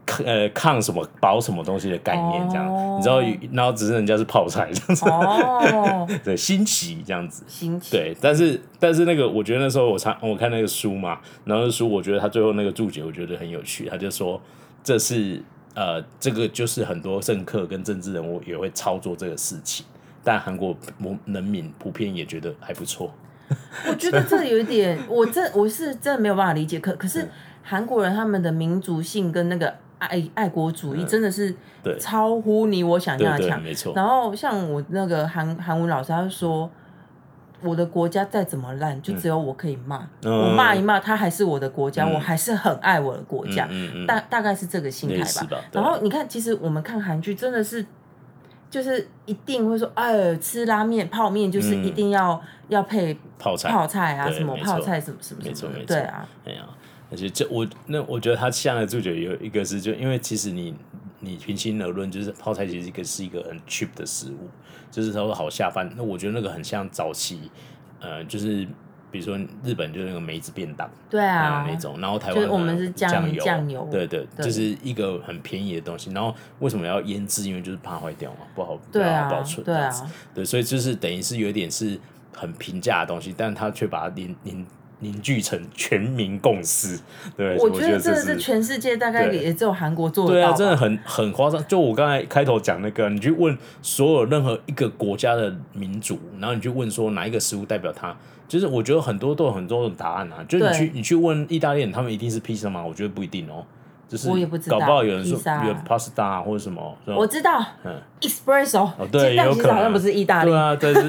Speaker 1: 抗呃抗什么保什么东西的概念，这样。
Speaker 2: 哦
Speaker 1: 你知道，然后只是人家是泡菜这 样子，
Speaker 2: 哦，
Speaker 1: 对，新奇这样子。
Speaker 2: 新奇。
Speaker 1: 对，但是但是那个，我觉得那时候我查我看那个书嘛，然后那书我觉得他最后那个注解我觉得很有趣，他就说这是呃这个就是很多政客跟政治人物也会操作这个事情，但韩国普人民普遍也觉得还不错。
Speaker 2: 我觉得这有一点，我这我是真的没有办法理解。可可是韩国人他们的民族性跟那个爱爱国主义真的是
Speaker 1: 对
Speaker 2: 超乎你我想
Speaker 1: 对
Speaker 2: 象的
Speaker 1: 对，
Speaker 2: 强。
Speaker 1: 没错。
Speaker 2: 然后像我那个韩韩文老师，他就说。我的国家再怎么烂，就只有我可以骂。
Speaker 1: 嗯
Speaker 2: 我骂一骂，他还是我的国家，
Speaker 1: 嗯
Speaker 2: 我还是很爱我的国家。
Speaker 1: 嗯嗯嗯
Speaker 2: 大大概是这个心态
Speaker 1: 类似吧对
Speaker 2: 然后你看，其实我们看韩剧真的是，就是一定会说，哎，吃拉面、泡面就是
Speaker 1: 嗯
Speaker 2: 一定要、要配
Speaker 1: 泡菜，
Speaker 2: 泡菜啊，
Speaker 1: 对
Speaker 2: 什么
Speaker 1: 没错
Speaker 2: 泡菜什么什么
Speaker 1: 没
Speaker 2: 什
Speaker 1: 错
Speaker 2: 么
Speaker 1: 没
Speaker 2: 的，
Speaker 1: 错
Speaker 2: 对啊，
Speaker 1: 哎呀，而且这我那我觉得他下的注解有一个是就因为其实你你平心而论，就是泡菜其实一个是一个很 cheap 的食物，就是说好下饭。那我觉得那个很像早期，呃，就是比如说日本就是那个梅子便当。
Speaker 2: 对啊
Speaker 1: 啊，那种，然后台
Speaker 2: 就
Speaker 1: 湾
Speaker 2: 是我们
Speaker 1: 可能
Speaker 2: 是酱
Speaker 1: 酱油，
Speaker 2: 酱油
Speaker 1: 对对，
Speaker 2: 对
Speaker 1: 就是一个很便宜的东西。然后为什么要腌制？因为就是怕坏掉嘛，不好
Speaker 2: 对
Speaker 1: 不好
Speaker 2: 啊
Speaker 1: 保存，
Speaker 2: 对啊
Speaker 1: 这样子对，所以就是等于是有点是很平价的东西，但它却把它凝凝凝聚成全民共识，对，
Speaker 2: 我
Speaker 1: 觉
Speaker 2: 觉得
Speaker 1: 这
Speaker 2: 真的是全世界大概
Speaker 1: 对
Speaker 2: 也只有韩国做得
Speaker 1: 对
Speaker 2: 到
Speaker 1: 啊，
Speaker 2: 吧，
Speaker 1: 真的很很夸张。就我刚才开头讲那个，你去问所有任何一个国家的民族，然后你去问说哪一个食物代表它，就是我觉得很多都有很多种答案啊。就是你
Speaker 2: 对
Speaker 1: 去你去问意大利人，他们一定是披萨吗？我觉得不一定哦。就是
Speaker 2: 我也不知道
Speaker 1: 搞不好有人说
Speaker 2: 披萨啊
Speaker 1: 有 pasta 啊或者什么，
Speaker 2: 我知道
Speaker 1: 嗯
Speaker 2: ，espresso，
Speaker 1: 哦，对，
Speaker 2: 鸡蛋
Speaker 1: 有
Speaker 2: 其
Speaker 1: 可
Speaker 2: 实
Speaker 1: 能
Speaker 2: 好像不是意大利
Speaker 1: 对，啊，对， 是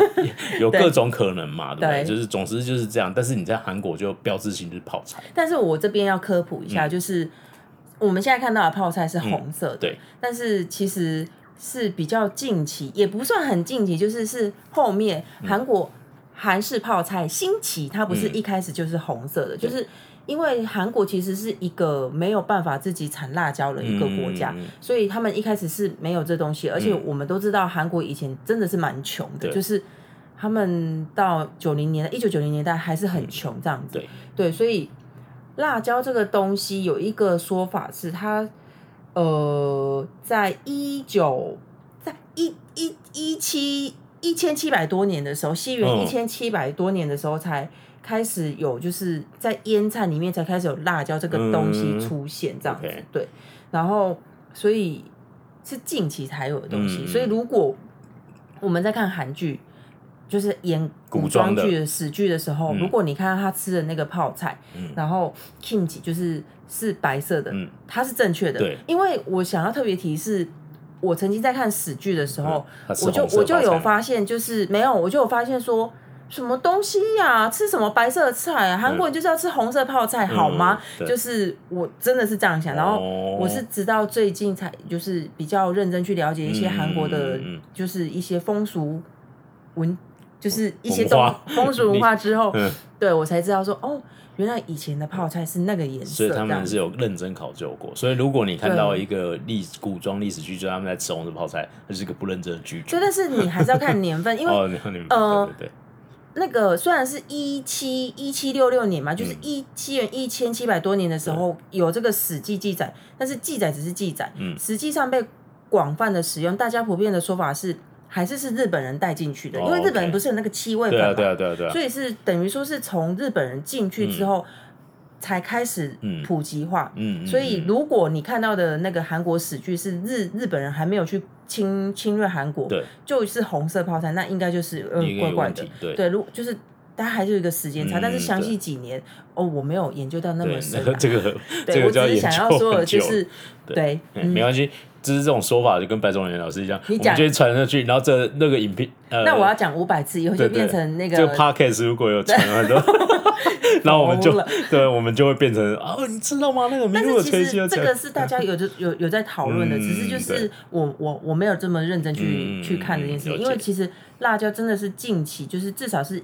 Speaker 1: 有
Speaker 2: 对
Speaker 1: 各种可能嘛，对不对？
Speaker 2: 对
Speaker 1: 就是总之就是这样，但是你在韩国就标志性就是泡菜，
Speaker 2: 但是我这边要科普一
Speaker 1: 嗯
Speaker 2: 下，就是我们现在看到的泡菜是红色的，
Speaker 1: 对，
Speaker 2: 但是其实是比较近期，也不算很近期，就是是后面韩国韩式泡菜兴起，它不是
Speaker 1: 嗯
Speaker 2: 一开始就是红色的，就
Speaker 1: 对
Speaker 2: 是因为韩国其实是一个没有办法自己产辣椒的一个国家。
Speaker 1: 嗯
Speaker 2: 所以他们一开始是没有这东西，而且我们都知道韩国以前真的是蛮穷的，
Speaker 1: 对
Speaker 2: 就是他们到九零年代，一九九零年代还是
Speaker 1: 嗯
Speaker 2: 很穷这样子。
Speaker 1: 对
Speaker 2: 对，所以辣椒这个东西有一个说法是它，呃，在一九在一一一七一千七百多年的时候，西元
Speaker 1: 嗯
Speaker 2: 一千七百多年的时候才。开始有，就是在腌菜里面才开始有辣椒这个东西
Speaker 1: 嗯
Speaker 2: 出现，这样子、
Speaker 1: OK
Speaker 2: 对。然后，所以是近期才有的东西。
Speaker 1: 嗯
Speaker 2: 所以，如果我们在看韩剧，就是演
Speaker 1: 古
Speaker 2: 古
Speaker 1: 装
Speaker 2: 装
Speaker 1: 的
Speaker 2: 剧的史剧的时候，
Speaker 1: 嗯
Speaker 2: 如果你看到他吃的那个泡菜，
Speaker 1: 嗯
Speaker 2: 然后 kimchi 就是是白色的，
Speaker 1: 嗯
Speaker 2: 它是正确的。
Speaker 1: 对
Speaker 2: 因为我想要特别提示，我曾经在看史剧的时候，
Speaker 1: 它是
Speaker 2: 我
Speaker 1: 嗯
Speaker 2: 就
Speaker 1: 红色
Speaker 2: 我就
Speaker 1: 泡菜
Speaker 2: 有
Speaker 1: 吗
Speaker 2: 发现，就是没有，我就有发现说。什么东西呀、吃什么白色的菜啊？韩国人就是要吃红色泡菜，好吗
Speaker 1: 嗯？对
Speaker 2: 就是我真的是这样想，然后
Speaker 1: 哦
Speaker 2: 我是直到最近才就是比较认真去了解一些韩国
Speaker 1: 嗯
Speaker 2: 的
Speaker 1: 嗯嗯嗯，
Speaker 2: 就是一些风俗文，就是一些
Speaker 1: 文
Speaker 2: 东
Speaker 1: 化
Speaker 2: 风俗 文化之后，
Speaker 1: 嗯
Speaker 2: 对我才知道说哦，原来以前的泡菜是那个颜
Speaker 1: 所
Speaker 2: 色
Speaker 1: 以他
Speaker 2: 这样
Speaker 1: 们是
Speaker 2: 子。
Speaker 1: 有认真考究过。所以如果你看
Speaker 2: 对
Speaker 1: 到一个历古装历史剧，就是他们在吃红色泡菜，那是一个不认真的拒绝
Speaker 2: 对，。但是你还是要看年份，因为
Speaker 1: 哦，你你们
Speaker 2: 呃
Speaker 1: 对对对，
Speaker 2: 那个虽然是一七一七六六年嘛，
Speaker 1: 嗯
Speaker 2: 就是一七元一千七百多年的时候有这个《史记》记载，但是记载只是记载，
Speaker 1: 嗯
Speaker 2: 实际上被广泛的使用。大家普遍的说法是，还是是日本人带进去的，
Speaker 1: 哦
Speaker 2: 因为日本
Speaker 1: OK
Speaker 2: 人不是有那个七味粉
Speaker 1: 对
Speaker 2: 嘛，
Speaker 1: 啊对啊对啊对啊
Speaker 2: 所，以是等于说是从日本人进去之后、才开始
Speaker 1: 嗯
Speaker 2: 普及化。
Speaker 1: 嗯，嗯
Speaker 2: 所以
Speaker 1: 嗯
Speaker 2: 如果你看到的那个韩国史剧是日日本人还没有去侵侵略韩国，
Speaker 1: 对
Speaker 2: 就是红色泡菜，那应该就是
Speaker 1: 应该
Speaker 2: 嗯怪
Speaker 1: 有
Speaker 2: 怪
Speaker 1: 问
Speaker 2: 的
Speaker 1: 题，，对
Speaker 2: 对，如就是。大家还是有一个时间差，
Speaker 1: 嗯
Speaker 2: 但是详
Speaker 1: 对
Speaker 2: 细几年哦，我没有研究到那么
Speaker 1: 对，
Speaker 2: 深、
Speaker 1: 那
Speaker 2: 啊
Speaker 1: 个。这个
Speaker 2: 对，
Speaker 1: 这个
Speaker 2: 我只
Speaker 1: 就要
Speaker 2: 是
Speaker 1: 研
Speaker 2: 想要
Speaker 1: 究
Speaker 2: 说的
Speaker 1: 很
Speaker 2: 就
Speaker 1: 久。
Speaker 2: 是，对，
Speaker 1: 嗯没关系，就是这种说法就跟白种人老师一样，我
Speaker 2: 你
Speaker 1: 们
Speaker 2: 讲
Speaker 1: 就会传上去，然后这那个影片，呃，
Speaker 2: 那我要讲五百次，以后
Speaker 1: 对
Speaker 2: 就
Speaker 1: 对
Speaker 2: 变成那个
Speaker 1: 这个 podcast 如果有传很 多，然后我们就
Speaker 2: 疯了
Speaker 1: 对，我们就会变成啊，你知道吗？那个迷
Speaker 2: 但
Speaker 1: 路
Speaker 2: 是
Speaker 1: 的吹
Speaker 2: 其
Speaker 1: 气要
Speaker 2: 实这
Speaker 1: 讲，
Speaker 2: 个是大家有就有有在讨论的，
Speaker 1: 嗯
Speaker 2: 只是就
Speaker 1: 对
Speaker 2: 是我我我没有这么认真去、
Speaker 1: 嗯
Speaker 2: 去看这件事
Speaker 1: 了解
Speaker 2: 情，因为其实辣椒真的是近期，就是至少是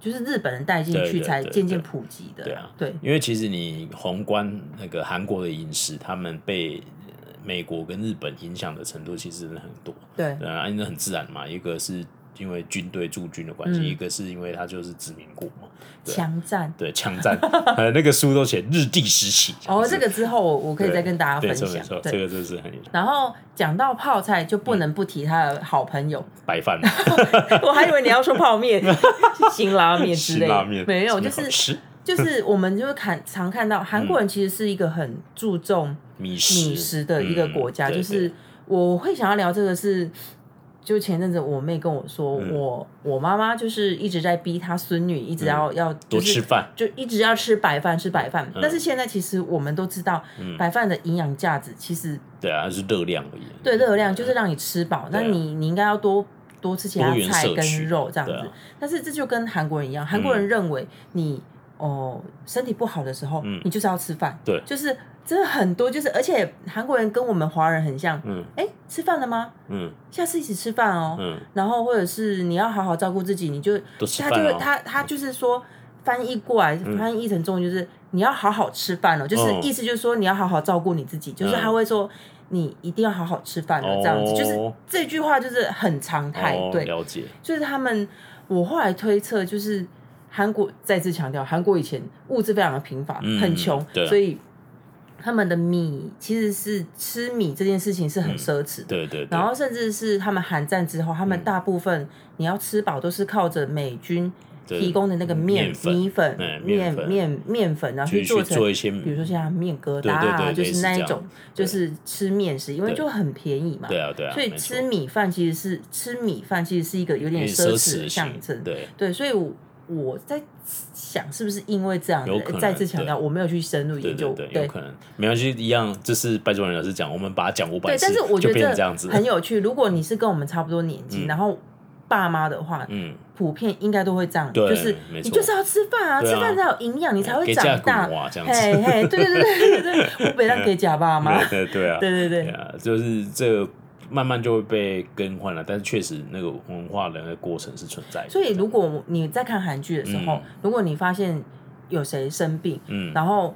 Speaker 2: 就是日本人带进
Speaker 1: 对对
Speaker 2: 去才
Speaker 1: 对
Speaker 2: 渐渐
Speaker 1: 对
Speaker 2: 普及的
Speaker 1: 对啊
Speaker 2: 啦，对
Speaker 1: 因为其实你宏观那个韩国的饮食，他们被呃美国跟日本影响的程度其实真的很多。
Speaker 2: 对
Speaker 1: 对啊，因为很自然嘛，一个是因为军队驻军的关系，
Speaker 2: 嗯
Speaker 1: 一个是因为它就是殖民国嘛，对啊
Speaker 2: 枪战。
Speaker 1: 对，枪战， 呃，那个书都写日帝时期。
Speaker 2: 哦，这个之后我我可以再跟大家
Speaker 1: 对
Speaker 2: 分
Speaker 1: 没错没
Speaker 2: 享
Speaker 1: 错，。这
Speaker 2: 对，
Speaker 1: 个嗯真是很
Speaker 2: 然后讲到泡菜，就不能不提他的好朋友，
Speaker 1: 白饭，啊
Speaker 2: 我还以为你要说泡面、 辛拉面之
Speaker 1: 吃
Speaker 2: 类的，
Speaker 1: 拉面
Speaker 2: 没有，就
Speaker 1: 真的好
Speaker 2: 是
Speaker 1: 吃
Speaker 2: 就是我们就会看常看
Speaker 1: 嗯
Speaker 2: 到韩国人其实是一个很注重
Speaker 1: 米食
Speaker 2: 饮食的一个国
Speaker 1: 嗯
Speaker 2: 家，就
Speaker 1: 对
Speaker 2: 是我会想要聊这个是。就前阵子我妹跟我说，
Speaker 1: 嗯
Speaker 2: 我我妈妈就是一直在逼她孙女，一直要、要、
Speaker 1: 嗯多
Speaker 2: 就是、
Speaker 1: 吃嗯饭，
Speaker 2: 就一直要吃白饭，吃白饭。但是现在其实我们都知道，
Speaker 1: 嗯
Speaker 2: 白饭的营养价值其实
Speaker 1: 对啊，是热量而已。
Speaker 2: 对热量就是让你吃饱，那
Speaker 1: 对啊
Speaker 2: 你你应该要多多吃其他
Speaker 1: 多元
Speaker 2: 菜
Speaker 1: 摄取
Speaker 2: 跟肉这样子。
Speaker 1: 对啊嗯
Speaker 2: 但是这就跟韩国人一样，韩国人认为你、哦身体不好的时候，你就是要吃饭，
Speaker 1: 嗯对
Speaker 2: 就是真的很多，就是而且韩国人跟我们华人很像，
Speaker 1: 嗯
Speaker 2: 哎、吃饭了吗？
Speaker 1: 嗯
Speaker 2: 下次一起吃饭哦。
Speaker 1: 嗯，
Speaker 2: 然后或者是你要好好照顾自己，你就
Speaker 1: 多吃
Speaker 2: 他
Speaker 1: 饭
Speaker 2: 就
Speaker 1: 哦
Speaker 2: 他他就是说翻译过来，翻译成中文就是你要好好吃饭哦，就是
Speaker 1: 嗯
Speaker 2: 意思就是说你要好好照顾你自己，就是
Speaker 1: 嗯
Speaker 2: 他会说你一定要好好吃饭
Speaker 1: 哦
Speaker 2: 哦，这样子，就是这句话就是很常态，
Speaker 1: 哦，
Speaker 2: 对，
Speaker 1: 了解，
Speaker 2: 就是他们我后来推测就是韩国再次强调，韩国以前物质非常的贫乏，
Speaker 1: 嗯
Speaker 2: 很穷
Speaker 1: 对，啊
Speaker 2: 所以他们的米其实是吃米这件事情
Speaker 1: 嗯
Speaker 2: 是很奢侈的。
Speaker 1: 对对对嗯
Speaker 2: 然，后甚至是他们韩战之后，他们大部分你要吃饱都是靠着美军
Speaker 1: 对嗯
Speaker 2: 提供的那个面
Speaker 1: 面粉
Speaker 2: 米粉
Speaker 1: 哎、面
Speaker 2: 面
Speaker 1: 粉
Speaker 2: 面面粉，然后
Speaker 1: 去
Speaker 2: 去
Speaker 1: 去
Speaker 2: 做
Speaker 1: 做
Speaker 2: 成
Speaker 1: 一。些，
Speaker 2: 比如说像面疙瘩
Speaker 1: 对对对
Speaker 2: 啊，就
Speaker 1: 类似
Speaker 2: 是那
Speaker 1: 这
Speaker 2: 一
Speaker 1: 样
Speaker 2: 种，
Speaker 1: 对
Speaker 2: 就是吃面食，因为
Speaker 1: 对
Speaker 2: 就很便宜嘛，
Speaker 1: 对啊对啊，
Speaker 2: 所以
Speaker 1: 没错
Speaker 2: 吃米饭其实是吃米饭其实是一个有
Speaker 1: 有
Speaker 2: 点
Speaker 1: 点
Speaker 2: 奢
Speaker 1: 侈
Speaker 2: 侈
Speaker 1: 的
Speaker 2: 的
Speaker 1: 行
Speaker 2: 象征，
Speaker 1: 对，
Speaker 2: 对，所以我我在想是不是因为这样
Speaker 1: 有可能
Speaker 2: 的，再次强
Speaker 1: 对
Speaker 2: 调我没有去深入
Speaker 1: 对
Speaker 2: 研
Speaker 1: 对
Speaker 2: 究，
Speaker 1: 对，有可能没关系，一样，这是白主任老师讲，我们把它讲五百
Speaker 2: 对，
Speaker 1: 次，
Speaker 2: 但是我觉
Speaker 1: 就变
Speaker 2: 得
Speaker 1: 成这样子，
Speaker 2: 很有趣。如果你是跟我们差不多年纪，然后爸妈的话，
Speaker 1: 嗯，
Speaker 2: 普遍应该都会这样，
Speaker 1: 对
Speaker 2: 就是
Speaker 1: 没错
Speaker 2: 你就是要吃饭啊，
Speaker 1: 对啊
Speaker 2: 吃饭才有营养，你才会
Speaker 1: 给
Speaker 2: 长
Speaker 1: 价
Speaker 2: 大
Speaker 1: 滚。娃这样子，
Speaker 2: 嘿嘿，对对对对对对对，我北让给假爸妈。
Speaker 1: 对对对啊，
Speaker 2: 对对
Speaker 1: 对
Speaker 2: 对，
Speaker 1: 啊，就是这个慢慢就会被更换了，但是确实那个文化的那个过程是存在的。
Speaker 2: 所以如果你在看韩剧的时候
Speaker 1: 嗯，
Speaker 2: 如果你发现有谁生病，
Speaker 1: 嗯，
Speaker 2: 然后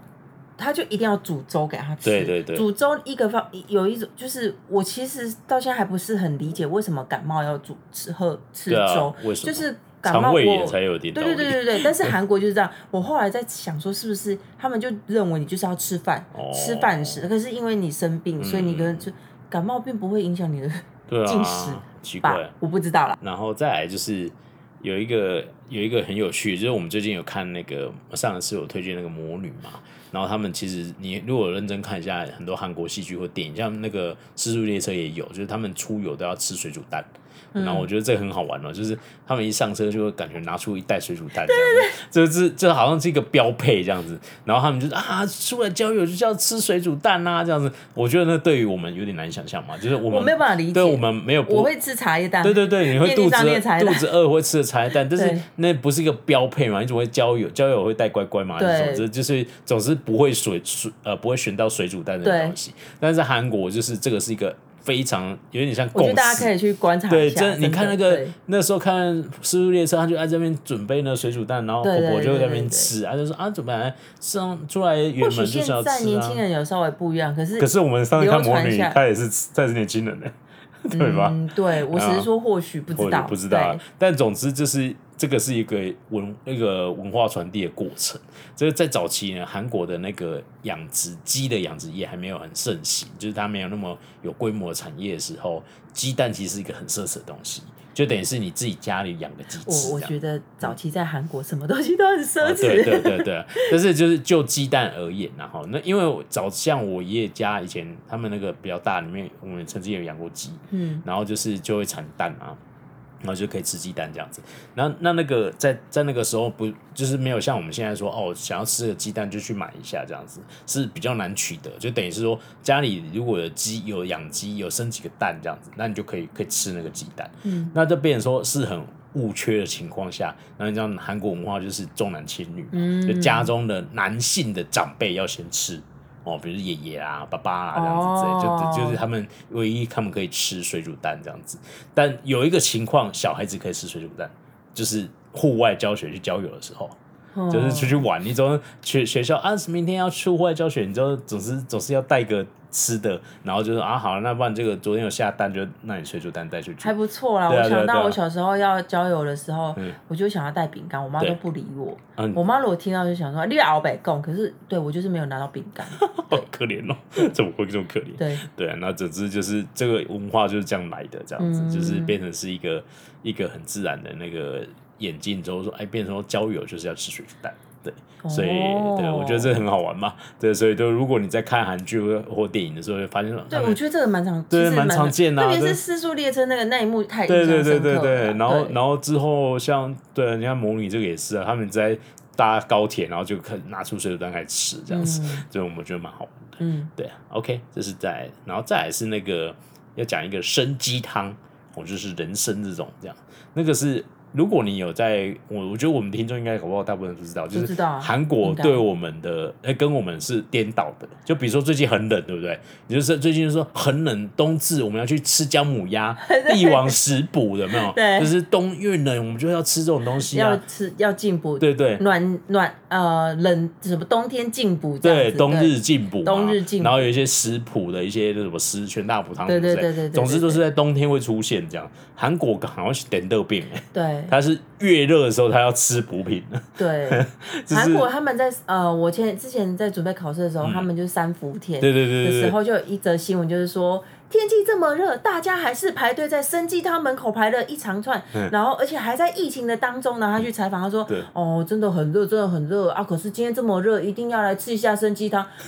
Speaker 2: 他就一定要煮粥给他吃。
Speaker 1: 对对对
Speaker 2: 煮粥一个方有一种就是我其实到现在还不是很理解为什么感冒要煮吃喝吃
Speaker 1: 对啊
Speaker 2: 粥，
Speaker 1: 为什么
Speaker 2: 就是感冒
Speaker 1: 肠胃炎
Speaker 2: 我。
Speaker 1: 才有点道
Speaker 2: 对
Speaker 1: 理。
Speaker 2: 对对对对，但是韩国就是这样。我后来在想说，是不是他们就认为你就是要吃饭，
Speaker 1: 哦嗯
Speaker 2: 吃饭时，可是因为你生病，所以你跟就感冒并不会影响你的
Speaker 1: 对
Speaker 2: 进食
Speaker 1: 啊，奇
Speaker 2: 吧
Speaker 1: 怪。？
Speaker 2: 我不知道啦。
Speaker 1: 然后再来就是有一个有一个很有趣，就是我们最近有看那个上一次有推荐那个魔女嘛，然后他们其实你如果认真看一下，很多韩国戏剧或电影，像那个《失速列车》也有，就是他们出游都要吃水煮蛋。
Speaker 2: 嗯
Speaker 1: 然后我觉得这个很好玩哦，就是他们一上车就会感觉拿出一袋水煮蛋这样子，就是这好像是一个标配这样子。然后他们就是啊，出来郊游就是要吃水煮蛋啊这样子。我觉得那对于我们有点难想象嘛，就是我们
Speaker 2: 我没有办法理解
Speaker 1: 对我们没有不
Speaker 2: 我会吃茶叶蛋，
Speaker 1: 对对对，你会
Speaker 2: 便
Speaker 1: 肚
Speaker 2: 利
Speaker 1: 子
Speaker 2: 商店
Speaker 1: 饿
Speaker 2: 才
Speaker 1: 肚
Speaker 2: 来
Speaker 1: 子饿会吃的茶叶蛋，但是
Speaker 2: 对
Speaker 1: 那不是一个标配嘛？你怎么会交友？交友会带乖乖嘛？
Speaker 2: 对
Speaker 1: 还是总之就是总是不会水水呃不会选到水煮蛋这个
Speaker 2: 对
Speaker 1: 东西。但是韩国就是这个是一个非常有点像
Speaker 2: 我觉
Speaker 1: 共
Speaker 2: 得大家可
Speaker 1: 识。
Speaker 2: 以去观察
Speaker 1: 对，
Speaker 2: 一下。
Speaker 1: 真你
Speaker 2: 的
Speaker 1: 看那个
Speaker 2: 对
Speaker 1: 那时候看《失速列车》，他就在这边准备那水煮蛋，然后婆
Speaker 2: 对对
Speaker 1: 婆就
Speaker 2: 对
Speaker 1: 在那
Speaker 2: 对
Speaker 1: 边
Speaker 2: 对
Speaker 1: 吃，他就说啊，怎么来上出来
Speaker 2: 或
Speaker 1: 远
Speaker 2: 许
Speaker 1: 门就
Speaker 2: 现
Speaker 1: 是要
Speaker 2: 在
Speaker 1: 吃
Speaker 2: 年
Speaker 1: 啊
Speaker 2: 轻。人有稍微不一样，可是
Speaker 1: 可是我们上次看《
Speaker 2: 流
Speaker 1: 魔
Speaker 2: 传
Speaker 1: 女
Speaker 2: 下》，
Speaker 1: 她也是她也是年轻人呢，对吧？
Speaker 2: 嗯，对 我只
Speaker 1: 啊
Speaker 2: 是说或许不
Speaker 1: 或
Speaker 2: 知
Speaker 1: 者
Speaker 2: 道，
Speaker 1: 不知道啊
Speaker 2: 对。
Speaker 1: 但总之就是这个是一个文那个文化传递的过程。这个在早期呢，韩国的那个养殖鸡的养殖业还没有很盛行，就是它没有那么有规模的产业的时候，鸡蛋其实是一个很奢侈的东西，就等于是你自己家里养的鸡
Speaker 2: 我
Speaker 1: 翅
Speaker 2: 哦我
Speaker 1: 这样。
Speaker 2: 觉得早期在韩国什么东西都很奢
Speaker 1: 哦
Speaker 2: 侈，
Speaker 1: 对对对对， 但是就是就鸡蛋而言、然后那因为我早像我爷爷家以前他们那个比较大里面，我们曾经有养过鸡，
Speaker 2: 嗯，
Speaker 1: 然后就是就会产蛋啊。然后就可以吃鸡蛋这样子。然后那那个在在那个时候不就是没有像我们现在说哦，想要吃个鸡蛋就去买一下这样子，是比较难取得。就等于是说家里如果有鸡有养鸡有生几个蛋这样子，那你就可以可以吃那个鸡蛋。
Speaker 2: 嗯，
Speaker 1: 那就变成说是很物缺的情况下，那你知道韩国文化就是重男轻女嘛，
Speaker 2: 嗯
Speaker 1: 就家中的男性的长辈要先吃。哦，比如爷爷啊、爸爸啊这样子之类，
Speaker 2: 哦
Speaker 1: 就就是他们唯一他们可以吃水煮蛋这样子。但有一个情况，小孩子可以吃水煮蛋，就是户外教学去交友的时候，
Speaker 2: 嗯哦
Speaker 1: 就是出去玩，你总去学校啊，明天要去户外教学，你就总是总是要带个吃的，然后就说啊，好，那不然这个昨天有下蛋，就那你水煮蛋带出去
Speaker 2: 还。不错啦。
Speaker 1: 对啊
Speaker 2: 我
Speaker 1: 对啊
Speaker 2: 想到
Speaker 1: 对啊
Speaker 2: 我小时候要交友的时候
Speaker 1: 嗯，
Speaker 2: 我就想要带饼干，我妈
Speaker 1: 对
Speaker 2: 都不理我。
Speaker 1: 啊你
Speaker 2: 我妈如果听到就想说你老北贡，可是对我就是没有拿到饼干。
Speaker 1: 好可怜哦， 怎么会这么可怜？
Speaker 2: 对，
Speaker 1: 对啊，那总之就是这个文化就是这样来的，这样子、
Speaker 2: 嗯
Speaker 1: 就是变成是一个一个很自然的那个演进之后说，哎，变成说交友就是要吃水煮蛋，对， 所以、
Speaker 2: 哦
Speaker 1: 对我觉得这很好玩嘛，对，所以就如果你在看韩剧或或电影的时候，会发现说
Speaker 2: 对
Speaker 1: 他，们
Speaker 2: 我觉得这个蛮常，
Speaker 1: 对
Speaker 2: 其实
Speaker 1: 蛮常见啊
Speaker 2: 特别
Speaker 1: 对
Speaker 2: 是《失速列车》那个那一幕太
Speaker 1: 对对
Speaker 2: 印象
Speaker 1: 对
Speaker 2: 深
Speaker 1: 对
Speaker 2: 刻了
Speaker 1: 对，然后
Speaker 2: 对
Speaker 1: 然后之后像对，啊你看魔女这个也是啊，他们在搭高铁，然后就开拿出水煮蛋开始吃这样子，
Speaker 2: 嗯
Speaker 1: 所以我们觉得蛮好玩的。
Speaker 2: 嗯，
Speaker 1: 对啊，OK，这是在，然后再来是那个要讲一个参鸡汤，哦，就是人参这种这样，那个是如果你有在，我我觉得我们听众应该搞不好大部分都知道，就
Speaker 2: 都
Speaker 1: 是
Speaker 2: 知道啊
Speaker 1: 韩国
Speaker 2: 应该
Speaker 1: 对我们的，哎、跟我们是颠倒的，就比如说最近很冷，对不对？你就是最近就说很冷，冬至我们要去吃姜母 鸭，帝王食补，有没有？
Speaker 2: 对
Speaker 1: 就是冬越冷，我们就要吃这种东西
Speaker 2: 要
Speaker 1: 啊，
Speaker 2: 吃要进补，
Speaker 1: 对对，
Speaker 2: 暖暖呃冷什么冬天进补这样
Speaker 1: 对，
Speaker 2: 子，
Speaker 1: 冬日进补嘛，
Speaker 2: 冬日进补
Speaker 1: 然后有一些食谱的一些什么十全大补汤
Speaker 2: 对
Speaker 1: 什么之
Speaker 2: 对
Speaker 1: 类
Speaker 2: 对对对对
Speaker 1: 总之都是在冬天会出现这样。韩国好像是点豆病、欸，
Speaker 2: 对
Speaker 1: 它是越热的时候它要吃补品，
Speaker 2: 对，
Speaker 1: 就是嗯
Speaker 2: 韩国他们在呃，我前之前在准备考试的时候，他们就是三伏天
Speaker 1: 对对对
Speaker 2: 的
Speaker 1: 对
Speaker 2: 时
Speaker 1: 对。
Speaker 2: 候，就有一则新闻，就是说天气这么热，大家还是排队在生鸡汤门口排了一长串，
Speaker 1: 嗯
Speaker 2: 然后而且还在疫情的当中，然后他去采访，他说
Speaker 1: 对：“
Speaker 2: 哦，真的很热，真的很热啊！可是今天这么热，一定要来吃一下生鸡汤。”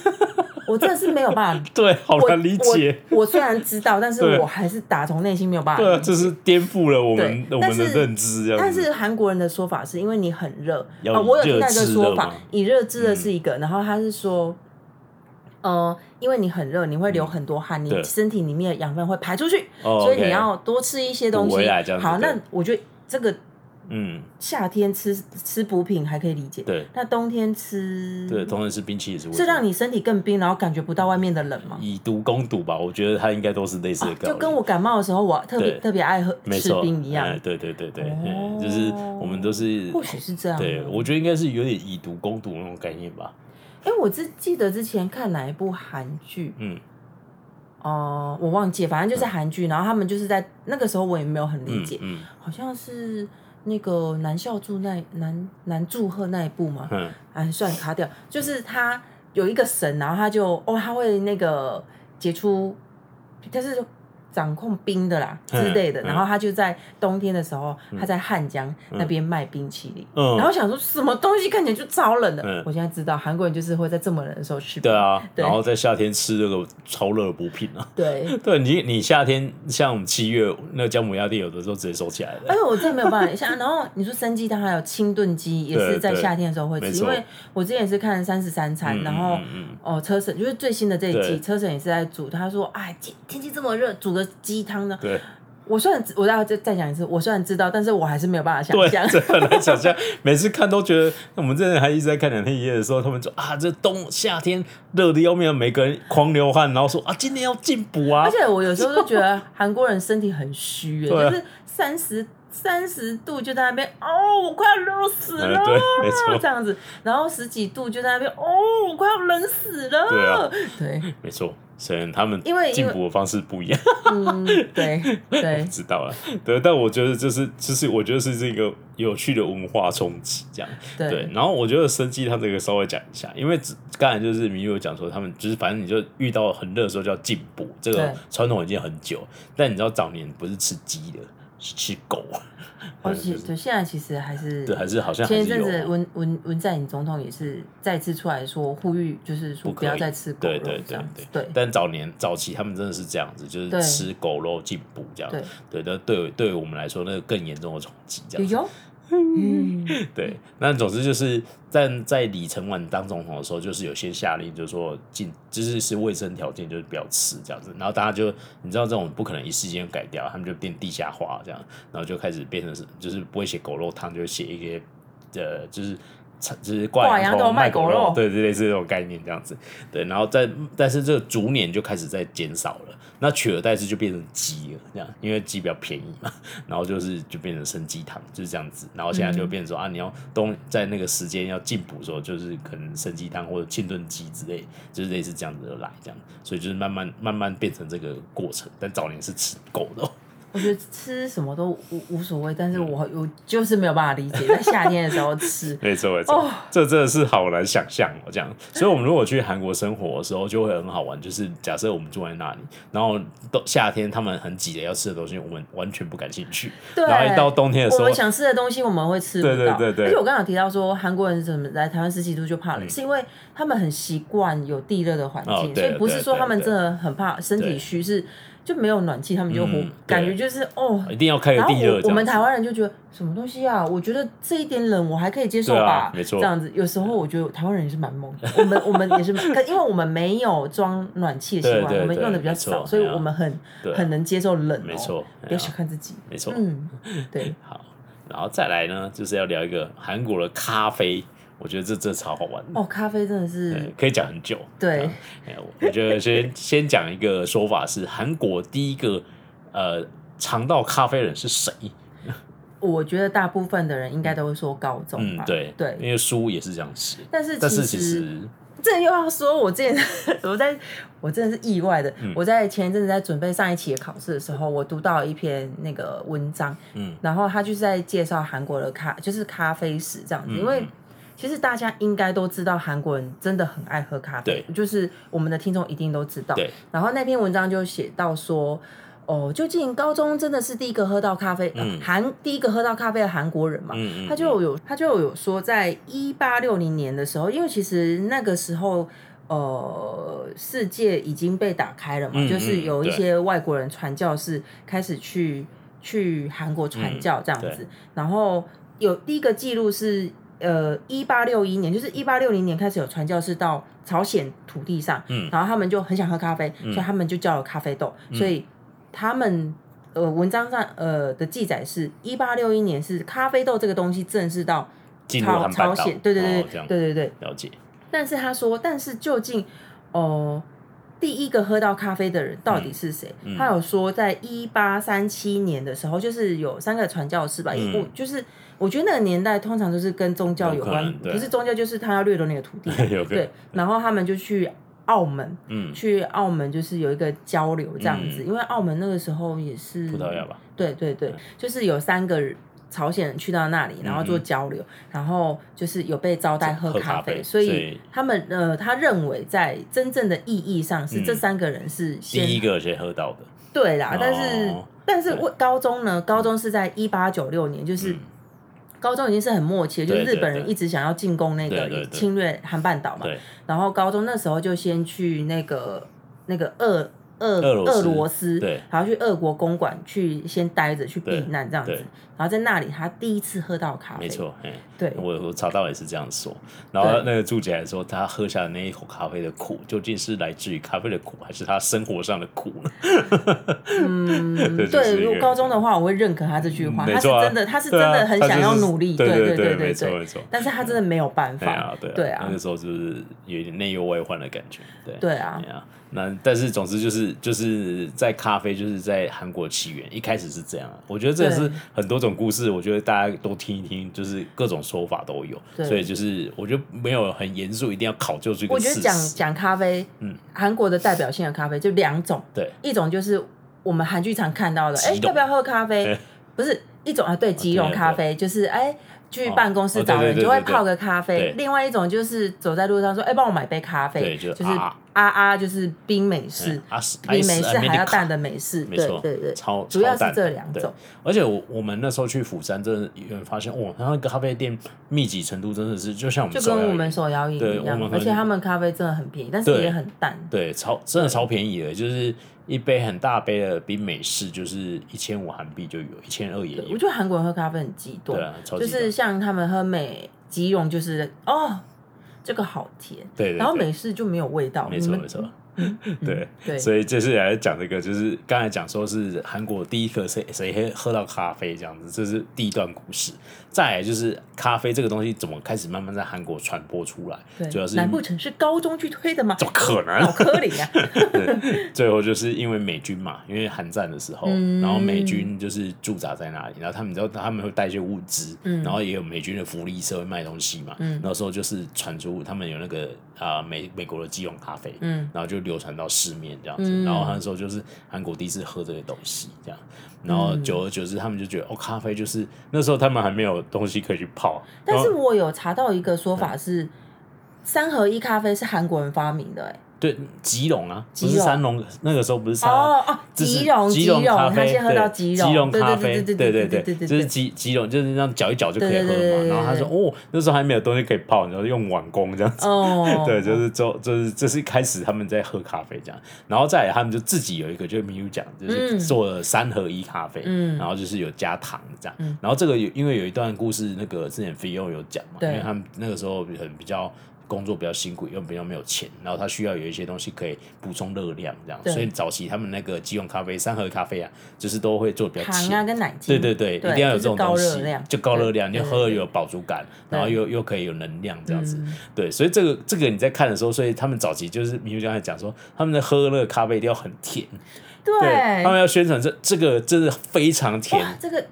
Speaker 2: 我真的是没有办法。
Speaker 1: 对，好
Speaker 2: 我
Speaker 1: 难理解。
Speaker 2: 我。我虽然知道，但是
Speaker 1: 对
Speaker 2: 我还是打从内心没有办法理解。
Speaker 1: 对啊，这是颠覆了我们
Speaker 2: 对
Speaker 1: 我们
Speaker 2: 但
Speaker 1: 的
Speaker 2: 是
Speaker 1: 认知，这样
Speaker 2: 但
Speaker 1: 子。
Speaker 2: 是韩国人的说法是因为你很热啊、
Speaker 1: 要
Speaker 2: 我有听到一
Speaker 1: 热
Speaker 2: 个
Speaker 1: 制
Speaker 2: 说
Speaker 1: 热
Speaker 2: 法
Speaker 1: 吗，嗯
Speaker 2: 以热制的是一个，然后他是说，呃，因为你很热，你会流很多汗，
Speaker 1: 嗯
Speaker 2: 你
Speaker 1: 对
Speaker 2: 身体里面的养分会排出去，
Speaker 1: 哦
Speaker 2: 所以
Speaker 1: OK
Speaker 2: 你要多吃一些东
Speaker 1: 补回
Speaker 2: 西
Speaker 1: 来这样。子
Speaker 2: 好，
Speaker 1: 对
Speaker 2: 那我觉得这个
Speaker 1: 嗯，
Speaker 2: 夏天吃吃补品还可以理解，
Speaker 1: 对
Speaker 2: 那冬天吃
Speaker 1: 对，同时是冰淇淋是为
Speaker 2: 是让
Speaker 1: 你
Speaker 2: 你身体更冰，然后感觉不到外面的冷吗？
Speaker 1: 以毒攻毒吧？我觉得它应该都是类似的
Speaker 2: 啊
Speaker 1: 道理。
Speaker 2: 就跟我感冒的时候，我特别
Speaker 1: 对
Speaker 2: 特别爱喝
Speaker 1: 没
Speaker 2: 吃
Speaker 1: 错
Speaker 2: 冰一样哦
Speaker 1: 哎，对对对对，嗯就是我们都是
Speaker 2: 或许是这样。哦
Speaker 1: 对，我觉得应该是有点以毒攻毒那种概念吧。
Speaker 2: 哎、我只记得之前看哪一部韩剧，
Speaker 1: 嗯
Speaker 2: 哦、我忘记了，反正就是韩剧。然后他们就是在那个时候，我也没有很理
Speaker 1: 嗯
Speaker 2: 解，
Speaker 1: 嗯
Speaker 2: 好像是那个南孝柱那南南柱赫那一部嘛，
Speaker 1: 嗯，
Speaker 2: 哎，算了，卡掉。就是他有一个神，然后他就哦，他会那个解出，他是掌控冰的啦之类的。
Speaker 1: 嗯嗯
Speaker 2: 然后他就在冬天的时候，他在汉江那边卖冰淇淋。
Speaker 1: 嗯
Speaker 2: 然后想说什么东西看起来就超冷的，
Speaker 1: 嗯
Speaker 2: 我现在知道韩国人就是会在这么冷的时候吃冰
Speaker 1: 对。啊，
Speaker 2: 对
Speaker 1: 然后在夏天吃这个超热的补品啊。
Speaker 2: 对，
Speaker 1: 对你，你夏天像我们七月那个姜母鸭店，有的时候直接收起来
Speaker 2: 哎
Speaker 1: 了。
Speaker 2: 呦，我真的没有办法像，然 后你说生鸡汤还有清炖鸡，也是
Speaker 1: 对
Speaker 2: 在
Speaker 1: 对
Speaker 2: 夏天的时候会
Speaker 1: 没
Speaker 2: 吃，
Speaker 1: 错
Speaker 2: 因为我之前也是看《三十三餐》，然后
Speaker 1: 嗯嗯
Speaker 2: 哦，车神就是最新的这一季，
Speaker 1: 对
Speaker 2: 车神也是在煮，他说哎，天天气这么热，煮个鸡汤呢。
Speaker 1: 对
Speaker 2: 我虽然知我大概再再讲一次，我虽然知道，但是我还是没有办法想
Speaker 1: 对，
Speaker 2: 象。
Speaker 1: 这很难想象。每次看都觉得，我们之前还一直在看两天一夜的时候，他们说啊，这冬夏天热的要命，每个人狂流汗，然后说啊，今天要进补啊
Speaker 2: 而。且我有时候就觉得韩国人身体很虚、欸，
Speaker 1: 对啊
Speaker 2: 就是三十三十度就在那边哦，我快要热死了，
Speaker 1: 嗯对没错
Speaker 2: 这样子，然后十几度就在那边哦，我快要冷死了，
Speaker 1: 对啊
Speaker 2: 对
Speaker 1: 没错，虽然他们
Speaker 2: 因为因为
Speaker 1: 进补的方式不一样。
Speaker 2: 嗯， 对对，
Speaker 1: 知道了，对，但我觉得这是，就是我觉得是这个有趣的文化冲击，这样
Speaker 2: 对
Speaker 1: 然后我觉得生鸡汤这个稍微讲一下，因为只刚才就是明玉有讲说，他们就是反正你就遇到很热的时候就要进补，这
Speaker 2: 对
Speaker 1: 个传统已经很久。但你知道早年不是吃鸡的，是吃狗，
Speaker 2: 而且对现在其实还是
Speaker 1: 对，还是好像还
Speaker 2: 哦前
Speaker 1: 是
Speaker 2: 一阵子
Speaker 1: 有。啊
Speaker 2: 文文文在寅总统也是再次出来说呼吁，就是说
Speaker 1: 不
Speaker 2: 不
Speaker 1: 可以
Speaker 2: 要再吃狗
Speaker 1: 对
Speaker 2: 肉
Speaker 1: 对
Speaker 2: 这
Speaker 1: 对
Speaker 2: 样子。
Speaker 1: 对
Speaker 2: 对，
Speaker 1: 但早年早期他们真的是这样子，就是
Speaker 2: 对
Speaker 1: 吃狗肉进补这样，
Speaker 2: 对
Speaker 1: 对，但对对我们来说，那个更严重的冲击这
Speaker 2: 有
Speaker 1: 样子。
Speaker 2: 有，嗯，
Speaker 1: 对，那总之就是在在李承晚当总统的时候，就是有些下令，就是说禁，就是是卫生条件，就是不要吃这样子。然后大家就你知道这种不可能一时间改掉，他们就变地下化这样，然后就开始变成是就是不会写狗肉汤，就会写一些呃就是。就是
Speaker 2: 挂
Speaker 1: 挂
Speaker 2: 羊
Speaker 1: 羊头
Speaker 2: 头卖
Speaker 1: 卖狗
Speaker 2: 狗肉
Speaker 1: 对对类似这种概念这样子，对，然后在但是这个逐年就开始在减少了，那取而代之就变成鸡了，这样，因为鸡比较便宜嘛，然后就是就变成生鸡汤，就是这样子。然后现在就变成说、啊，你要冬在那个时间要进补的时候，就是可能生鸡汤或者清炖鸡之类，就是类似这样子的来这样。所以就是慢慢慢慢变成这个过程。但早年是吃狗的哦、，
Speaker 2: 我觉得吃什么都无无所谓，但是我我就是没有办法理解，在夏天的时候吃
Speaker 1: 没错没错，
Speaker 2: 哦
Speaker 1: 这真的是好难想象哦，这样。所以我们如果去韩国生活的时候，就会很好玩。就是假设我们住在那里，然后都夏天他们很挤的要吃的东西，我们完全不感兴趣。
Speaker 2: 对
Speaker 1: 然后一到冬天的时
Speaker 2: 我
Speaker 1: 候，
Speaker 2: 们想吃的东西我们会吃不到。
Speaker 1: 对对对对嗯
Speaker 2: 而且我刚刚有提到说，韩国人怎么来台湾十几度就怕冷，是因为他们很习惯有地热的环境，
Speaker 1: 哦对
Speaker 2: 所以不是说
Speaker 1: 对
Speaker 2: 他们
Speaker 1: 对
Speaker 2: 真的很怕身体虚，是就没有暖气，他们就活、
Speaker 1: 嗯
Speaker 2: 感觉
Speaker 1: 对
Speaker 2: 就是哦。
Speaker 1: 一定要开个
Speaker 2: 然后
Speaker 1: 地热
Speaker 2: 我
Speaker 1: 这
Speaker 2: 我们
Speaker 1: 样子。
Speaker 2: 台湾人就觉得什么东西啊？我觉得这一点冷我还可以接受
Speaker 1: 对啊
Speaker 2: 吧，
Speaker 1: 没错
Speaker 2: 这样子有时候我觉得台湾人也是蛮猛的，我们我们也是蛮， 可因为我们没有装暖气的习惯，
Speaker 1: 对对
Speaker 2: 我们用的比较
Speaker 1: 对没
Speaker 2: 少，
Speaker 1: 错
Speaker 2: 所以
Speaker 1: 对啊
Speaker 2: 我们很
Speaker 1: 对啊
Speaker 2: 很能接受冷、哦。
Speaker 1: 没错哎
Speaker 2: 不要小看自己。
Speaker 1: 没错，
Speaker 2: 嗯，对。
Speaker 1: 好，然后再来呢，就是要聊一个韩国的咖啡，我觉得这这超好玩的。
Speaker 2: 哦，咖啡真的
Speaker 1: 嗯对
Speaker 2: 是，
Speaker 1: 可以讲很久。
Speaker 2: 对
Speaker 1: 啊，哎我我觉得先 先讲一个说法是，韩国第一个呃尝到咖啡的人是谁？
Speaker 2: 我觉得大部分的人应该都会说高中
Speaker 1: 嗯
Speaker 2: 吧，，
Speaker 1: 对因
Speaker 2: 对。
Speaker 1: 为书也是这样写，
Speaker 2: 但是
Speaker 1: 但
Speaker 2: 其
Speaker 1: 是其实
Speaker 2: 这又要说，我之前 我在我真的是意外的，
Speaker 1: 嗯
Speaker 2: 我在前一阵子在准备上一期的考试的时候，我读到一篇那个文章，
Speaker 1: 嗯，
Speaker 2: 然后他就是在介绍韩国的咖，就是咖啡史这样子，
Speaker 1: 嗯
Speaker 2: 因为
Speaker 1: 嗯。
Speaker 2: 其实大家应该都知道，韩国人真的很爱喝咖啡，就是我们的听众一定都知道。
Speaker 1: 对
Speaker 2: 然后那篇文章就写到说，哦，究竟高中真的是第一个喝到咖啡，呃
Speaker 1: 嗯
Speaker 2: 韩、第一个喝到咖啡的韩国人嘛？
Speaker 1: 嗯嗯，
Speaker 2: 他就有他就有说，在一八六零年的时候，因为其实那个时候。呃，世界已经被打开了嘛，
Speaker 1: 嗯
Speaker 2: 就是有一
Speaker 1: 对
Speaker 2: 些外国人传教士开始去去韩国传教这样子。
Speaker 1: 嗯对
Speaker 2: 然后有第一个记录是，呃，一八六一年，就是一八六零年开始有传教士到朝鲜土地上，
Speaker 1: 嗯
Speaker 2: 然后他们就很想喝咖啡，所以他们就叫了咖啡豆，所以他们呃文章上呃的记载是，一八六一年是咖啡豆这个东西正式到
Speaker 1: 进入
Speaker 2: 朝
Speaker 1: 韩
Speaker 2: 朝
Speaker 1: 半岛，
Speaker 2: 鲜，对对对、
Speaker 1: 哦这样
Speaker 2: 对对对，
Speaker 1: 了解，
Speaker 2: 但是他说，但是究竟哦、呃第一个喝到咖啡的人到底是谁？
Speaker 1: 嗯
Speaker 2: 他有说，在一八三七年的时候，就是有三个传教士吧，
Speaker 1: 嗯
Speaker 2: 我就是我觉得那个年代通常就是跟宗教有关
Speaker 1: 有可能，对
Speaker 2: 不是宗教就是他要掠夺你的 土地，
Speaker 1: 有个
Speaker 2: 对，然后他们就去澳门，
Speaker 1: 嗯，
Speaker 2: 去澳门就是有一个交流这样子，
Speaker 1: 嗯
Speaker 2: 因为澳门那个时候也是
Speaker 1: 葡萄牙吧，
Speaker 2: 对对对，就是有三个朝鲜人去到那里，然后做交流，然后就是有被招待喝
Speaker 1: 嗯喝
Speaker 2: 咖
Speaker 1: 咖
Speaker 2: 啡，
Speaker 1: 啡所
Speaker 2: 所以
Speaker 1: 以
Speaker 2: 他们呃，他认为在真正的意义上是
Speaker 1: 嗯
Speaker 2: 这三个人是先、
Speaker 1: 第一个谁喝到的，
Speaker 2: 对啦，
Speaker 1: 哦
Speaker 2: 但是、但是
Speaker 1: 对
Speaker 2: 我高中呢，高中是在一八九六年，就是。
Speaker 1: 嗯
Speaker 2: 高中已经是很默契了，就是
Speaker 1: 对
Speaker 2: 日
Speaker 1: 对
Speaker 2: 本人
Speaker 1: 对
Speaker 2: 一直想要进攻那
Speaker 1: 对
Speaker 2: 个
Speaker 1: 对对
Speaker 2: 侵略韩半岛嘛，
Speaker 1: 对，
Speaker 2: 然后高中那时候就先去那个那个俄俄
Speaker 1: 俄罗斯
Speaker 2: 斯，
Speaker 1: 对
Speaker 2: 然后去俄国公馆去先待着去避
Speaker 1: 对
Speaker 2: 难这样子
Speaker 1: 对，
Speaker 2: 然后在那里他第一次喝到咖啡，
Speaker 1: 没，错，哎，
Speaker 2: 对
Speaker 1: 我我查到也是这样说，然后
Speaker 2: 对
Speaker 1: 那个注解还说，他喝下的那一口咖啡的苦，究竟是来自于咖啡的苦，还是他生活上的苦呢？ 嗯，对
Speaker 2: 对，如果高中的
Speaker 1: 话，
Speaker 2: 话，我会认可他这句话，
Speaker 1: 没
Speaker 2: 他是
Speaker 1: 错啊
Speaker 2: 真的，他是真
Speaker 1: 对啊
Speaker 2: 的很
Speaker 1: 他
Speaker 2: 想
Speaker 1: 就
Speaker 2: 要
Speaker 1: 是
Speaker 2: 努力，
Speaker 1: 对
Speaker 2: 对
Speaker 1: 对对
Speaker 2: 对
Speaker 1: 没错没错
Speaker 2: 但是他真的没有办
Speaker 1: 对
Speaker 2: 法
Speaker 1: 啊，对啊，
Speaker 2: 对啊
Speaker 1: 那个，时候就是有一点内忧外患的感觉，对，
Speaker 2: 对啊
Speaker 1: 对，啊。那但是总之就是就是在咖啡就是在韩国起源，一开始是这样啊。我觉得这也是
Speaker 2: 对
Speaker 1: 很多种故事，我觉得大家都听一听，就是各种说法都有，
Speaker 2: 对
Speaker 1: 所以就是我觉得没有很严肃，一定要考究这个
Speaker 2: 我觉
Speaker 1: 事
Speaker 2: 得
Speaker 1: 实。
Speaker 2: 讲讲咖啡，
Speaker 1: 嗯
Speaker 2: 韩国的代表性的咖啡就两种，
Speaker 1: 对
Speaker 2: 一种就是我们韩剧常看到的，哎、
Speaker 1: 吉隆
Speaker 2: 要不要喝咖啡
Speaker 1: 对？
Speaker 2: 不是一种啊，对，吉隆咖啡就是哎、去
Speaker 1: 哦
Speaker 2: 办公室
Speaker 1: 哦
Speaker 2: 找
Speaker 1: 对
Speaker 2: 人，
Speaker 1: 对对
Speaker 2: 就会
Speaker 1: 对对
Speaker 2: 泡个咖啡
Speaker 1: 对；
Speaker 2: 另外一种就是走在路上说：“哎，帮我买杯咖啡。”
Speaker 1: 对就
Speaker 2: 就是是
Speaker 1: 啊
Speaker 2: 啊啊，就是冰美式
Speaker 1: 嗯，啊是
Speaker 2: 比美
Speaker 1: Ice
Speaker 2: 式还要
Speaker 1: America
Speaker 2: 淡的美式。
Speaker 1: 没
Speaker 2: 对
Speaker 1: 错，
Speaker 2: 对对，
Speaker 1: 超
Speaker 2: 主要
Speaker 1: 超
Speaker 2: 是
Speaker 1: 淡
Speaker 2: 这两
Speaker 1: 对
Speaker 2: 种。
Speaker 1: 而且我我们那时候去釜山，真的有发现，哇，它那个咖啡店密集程度真的是就像我们
Speaker 2: 就
Speaker 1: 手摇
Speaker 2: 跟我
Speaker 1: 饮
Speaker 2: 们手摇饮
Speaker 1: 对
Speaker 2: 一
Speaker 1: 我
Speaker 2: 样
Speaker 1: 们，很
Speaker 2: 而且他们咖啡真的很便宜，但是
Speaker 1: 对
Speaker 2: 也很淡。
Speaker 1: 对超真的超便宜的，就是一杯很大杯的，比美式就是一千五韩币就有，一千二也
Speaker 2: 对
Speaker 1: 有
Speaker 2: 我。觉得韩国人喝咖啡很激动
Speaker 1: 对，啊，超级
Speaker 2: 就
Speaker 1: 的
Speaker 2: 是像他们喝美吉溶，就是哦，这个好甜，
Speaker 1: 对对对
Speaker 2: 然后美式就没有味道。
Speaker 1: 没
Speaker 2: 你
Speaker 1: 错
Speaker 2: 们嗯
Speaker 1: 没错，对
Speaker 2: 对
Speaker 1: 所以这次来讲这个，就是刚才讲说是韩国第一个谁谁喝喝到咖啡这样子，这是第一段故事。再来就是咖啡这个东西怎么开始慢慢在韩国传播出来，
Speaker 2: 对，
Speaker 1: 主要是
Speaker 2: 难不成是高中去推的吗？
Speaker 1: 怎么可 能
Speaker 2: 脑科里啊！
Speaker 1: 最后就是因为美军嘛，因为韩战的时候，
Speaker 2: 嗯
Speaker 1: 然后美军就是驻扎在那里，然后他们你知道他们会带一些物资，
Speaker 2: 嗯
Speaker 1: 然后也有美军的福利社会卖东西嘛，
Speaker 2: 嗯
Speaker 1: 那时候就是传出他们有那个啊、呃美美国的鸡用咖啡，
Speaker 2: 嗯，
Speaker 1: 然后就流传到市面这样子，
Speaker 2: 嗯
Speaker 1: 然后那时候就是韩国第一次喝这个东西这样，然后
Speaker 2: 嗯
Speaker 1: 久而久之他们就觉得哦咖啡就是那时候他们还没有东西可以去泡，
Speaker 2: 但是
Speaker 1: 然后
Speaker 2: 我有查到一个说法是，三合一咖啡是韩国人发明的，哎，
Speaker 1: 对吉隆啊，不
Speaker 2: 吉
Speaker 1: 是
Speaker 2: 隆
Speaker 1: 三龙那个时候不是三龙
Speaker 2: 哦哦，
Speaker 1: 啊这是
Speaker 2: 吉溶
Speaker 1: 吉
Speaker 2: 溶，
Speaker 1: 咖
Speaker 2: 他
Speaker 1: 啡，
Speaker 2: 先喝到
Speaker 1: 吉
Speaker 2: 吉溶，对
Speaker 1: 咖啡，
Speaker 2: 对对对
Speaker 1: 对
Speaker 2: 对对
Speaker 1: 就是
Speaker 2: 对，
Speaker 1: 吉吉隆，就是这样搅一搅就可以喝
Speaker 2: 对对对
Speaker 1: 嘛。
Speaker 2: 对
Speaker 1: 然后他说，哦，那时候还没有东西可以泡，然后用碗工这样子。，
Speaker 2: 哦
Speaker 1: 对，就是就就是这是一开始他们在喝咖啡这样，然后再来他们就自己有一个就是米露讲，就是
Speaker 2: 嗯
Speaker 1: 做了三合一咖啡，
Speaker 2: 嗯
Speaker 1: 然后就是有加糖这样，
Speaker 2: 嗯
Speaker 1: 然后这个有因为有一段故事，那个之前菲欧有讲嘛，因
Speaker 2: 对
Speaker 1: 为他们那个时候很比较。工作比较辛苦，又比较没有钱，然后他需要有一些东西可以补充热量，这样，
Speaker 2: 对
Speaker 1: 所以早期他们那个即溶咖啡、三合一咖啡啊，就是都会做得比较
Speaker 2: 糖
Speaker 1: 浅，
Speaker 2: 啊跟奶精，
Speaker 1: 对对对，
Speaker 2: 对
Speaker 1: 一定要有这
Speaker 2: 就
Speaker 1: 种
Speaker 2: 是
Speaker 1: 东西
Speaker 2: 高热量，
Speaker 1: 就高热量，你
Speaker 2: 对对
Speaker 1: 喝了
Speaker 2: 对
Speaker 1: 有饱足感，
Speaker 2: 对
Speaker 1: 然后又又可以有能量这样子
Speaker 2: 嗯。
Speaker 1: 对，所以这个这个你在看的时候，所以他们早期就是明明刚才讲说，他们在喝那个咖啡一定要很甜，对，他们
Speaker 2: 对，
Speaker 1: 要宣传这这个真的非常甜
Speaker 2: 哇，，这个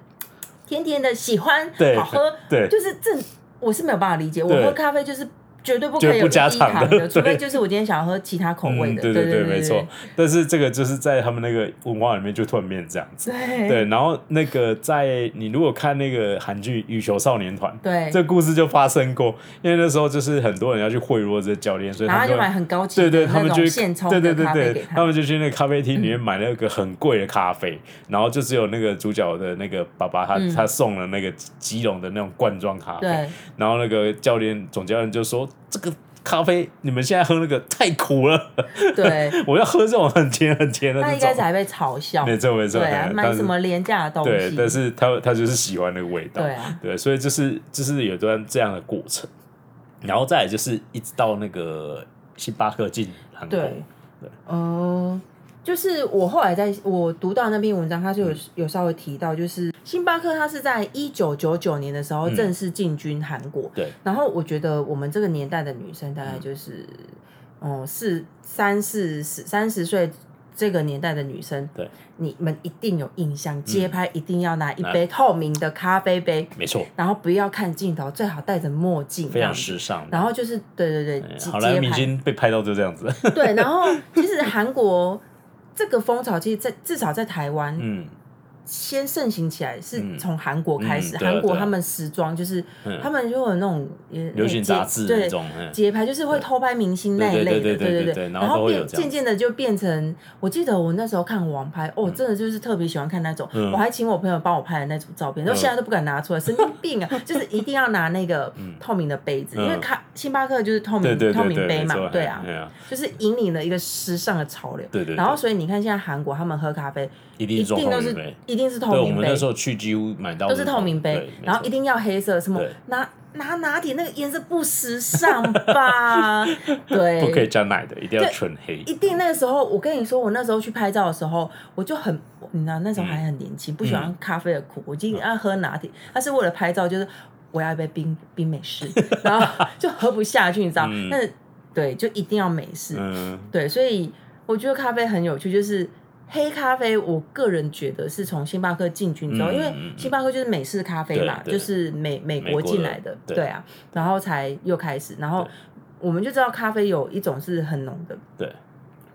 Speaker 2: 甜甜的，喜欢，
Speaker 1: 对
Speaker 2: 好喝，
Speaker 1: 对
Speaker 2: 就是这我是没有办法理解，我
Speaker 1: 对
Speaker 2: 喝咖啡就是绝对不
Speaker 1: 绝
Speaker 2: 可
Speaker 1: 对
Speaker 2: 以
Speaker 1: 不
Speaker 2: 有
Speaker 1: 加
Speaker 2: 低
Speaker 1: 糖 的
Speaker 2: 糖的，除
Speaker 1: 对
Speaker 2: 非就是我今天想要喝其他口味
Speaker 1: 嗯，
Speaker 2: 的，
Speaker 1: 对
Speaker 2: 对
Speaker 1: 对，
Speaker 2: 对，
Speaker 1: 没错。但是这个就是在他们那个文化里面就突然变成这样子。
Speaker 2: 对
Speaker 1: 对，然后那个在你如果看那个韩剧《羽球少年团》，
Speaker 2: 对
Speaker 1: 这故事就发生过，因为那时候就是很多人要去贿赂这教练，所以
Speaker 2: 然
Speaker 1: 他
Speaker 2: 后
Speaker 1: 们
Speaker 2: 就
Speaker 1: 会
Speaker 2: 买很高级
Speaker 1: 对
Speaker 2: 的
Speaker 1: 对，他
Speaker 2: 那
Speaker 1: 们
Speaker 2: 种
Speaker 1: 就
Speaker 2: 现冲
Speaker 1: 对对
Speaker 2: 的
Speaker 1: 对
Speaker 2: 咖啡
Speaker 1: 对
Speaker 2: 给，
Speaker 1: 他们就去那个咖啡厅里面买那个很贵的咖啡，然后就只有那个主角的那个爸爸他、
Speaker 2: 嗯
Speaker 1: 他送了那个吉隆的那种罐装咖啡，
Speaker 2: 对
Speaker 1: 然后那个教练总教练就说这个。咖啡，你们现在喝那个太苦了，
Speaker 2: 对，
Speaker 1: 我要喝这种很甜很甜的
Speaker 2: 那
Speaker 1: 那
Speaker 2: 一开始
Speaker 1: 种。
Speaker 2: 还被嘲笑，
Speaker 1: 没错没错，
Speaker 2: 对啊
Speaker 1: 哎，
Speaker 2: 买
Speaker 1: 但是
Speaker 2: 什么廉价的东
Speaker 1: 对，
Speaker 2: 西，
Speaker 1: 但是他他就是喜欢那个味道，
Speaker 2: 对啊
Speaker 1: 对，所以就是就是有段这样的过程，然后再来就是一直到那个星巴克进韩国，
Speaker 2: 对，呃，就是我后来在我读到那篇文章，
Speaker 1: 嗯
Speaker 2: 它就有、有稍微提到，就是星巴克它是在一九九九年的时候
Speaker 1: 嗯
Speaker 2: 正式进军韩国，
Speaker 1: 对嗯
Speaker 2: 然后我觉得我们这个年代的女生大概就是，哦、四三四十三十岁。这个年代的女生，
Speaker 1: 对，嗯
Speaker 2: 你们一定有印象，街拍一定要拿一杯透明的咖啡杯，
Speaker 1: 没错，
Speaker 2: 然后不要看镜头，最好戴着墨镜，
Speaker 1: 非
Speaker 2: 这样
Speaker 1: 常
Speaker 2: 子
Speaker 1: 时尚。
Speaker 2: 然后就是对对对，
Speaker 1: 哎
Speaker 2: 街
Speaker 1: 好莱
Speaker 2: 街
Speaker 1: 坞明
Speaker 2: 拍
Speaker 1: 星被拍到就这样 子，
Speaker 2: 对，然后其实韩国这个风潮，其实在至少在台湾、
Speaker 1: 嗯，
Speaker 2: 先盛行起来，是
Speaker 1: 嗯
Speaker 2: 从韩国开
Speaker 1: 嗯
Speaker 2: 始。
Speaker 1: 对啊
Speaker 2: 韩、国
Speaker 1: 对啊
Speaker 2: 他们时装就是、
Speaker 1: 嗯
Speaker 2: 他们就有那种也
Speaker 1: 流行杂志那
Speaker 2: 对
Speaker 1: 种，嗯
Speaker 2: 节拍，就是会偷拍明星那一类的，
Speaker 1: 对对对对对
Speaker 2: 对
Speaker 1: 对对然后
Speaker 2: 然
Speaker 1: 都
Speaker 2: 后
Speaker 1: 会
Speaker 2: 变
Speaker 1: 有这样
Speaker 2: 渐渐的就变成，我记得我那时候看网拍，哦，真的就是特别喜欢看那种，
Speaker 1: 嗯
Speaker 2: 我还请我朋友帮我拍的那组照片，
Speaker 1: 嗯
Speaker 2: 然后现在都不敢拿出来，神经病啊！就是一定要拿那个透明的杯子，
Speaker 1: 嗯
Speaker 2: 因为咖星巴克就是透
Speaker 1: 对
Speaker 2: 明
Speaker 1: 对
Speaker 2: 透
Speaker 1: 对
Speaker 2: 明
Speaker 1: 对，
Speaker 2: 杯
Speaker 1: 没
Speaker 2: 嘛
Speaker 1: 错，，
Speaker 2: 对啊
Speaker 1: 哎，呀，
Speaker 2: 就是引领了一个时尚的潮流。
Speaker 1: 对对对
Speaker 2: 然后，所以你看，现在韩国他们喝咖啡
Speaker 1: 一定
Speaker 2: 一
Speaker 1: 是做
Speaker 2: 定
Speaker 1: 透
Speaker 2: 都
Speaker 1: 明
Speaker 2: 是
Speaker 1: 杯。
Speaker 2: 一定是
Speaker 1: 对，
Speaker 2: 透
Speaker 1: 我
Speaker 2: 明
Speaker 1: 们那
Speaker 2: 杯
Speaker 1: 时，候去几乎买到
Speaker 2: 都是透明
Speaker 1: 对
Speaker 2: 杯
Speaker 1: 没，错
Speaker 2: 然后一定要黑色，什么
Speaker 1: 对
Speaker 2: 拿拿拿铁那个颜色不时尚 吧？对，
Speaker 1: 不可以加奶的，一定要
Speaker 2: 对
Speaker 1: 纯黑。
Speaker 2: 一定那个时候，我跟你说，我那时候去拍照的时候，我就很，你知道那时候还很年
Speaker 1: 嗯
Speaker 2: 轻，不喜欢咖啡的苦，我今天要喝拿铁，但是为了拍照，就是我要一杯冰冰美式，然后 就喝不下去，你知道？
Speaker 1: 嗯
Speaker 2: 但是对，就一定要美式，
Speaker 1: 嗯，
Speaker 2: 对，所以我觉得咖啡很有趣，就是黑咖啡，我个人觉得是从星巴克进军之后，
Speaker 1: 嗯
Speaker 2: 因为
Speaker 1: 嗯嗯
Speaker 2: 星巴克就是美式咖啡嘛，
Speaker 1: 对对
Speaker 2: 就是美美
Speaker 1: 美国
Speaker 2: 国
Speaker 1: 的
Speaker 2: 进来的，
Speaker 1: 对
Speaker 2: 对啊，然后才又开始，然后
Speaker 1: 对
Speaker 2: 我们就知道咖啡有一种是很浓的，
Speaker 1: 对，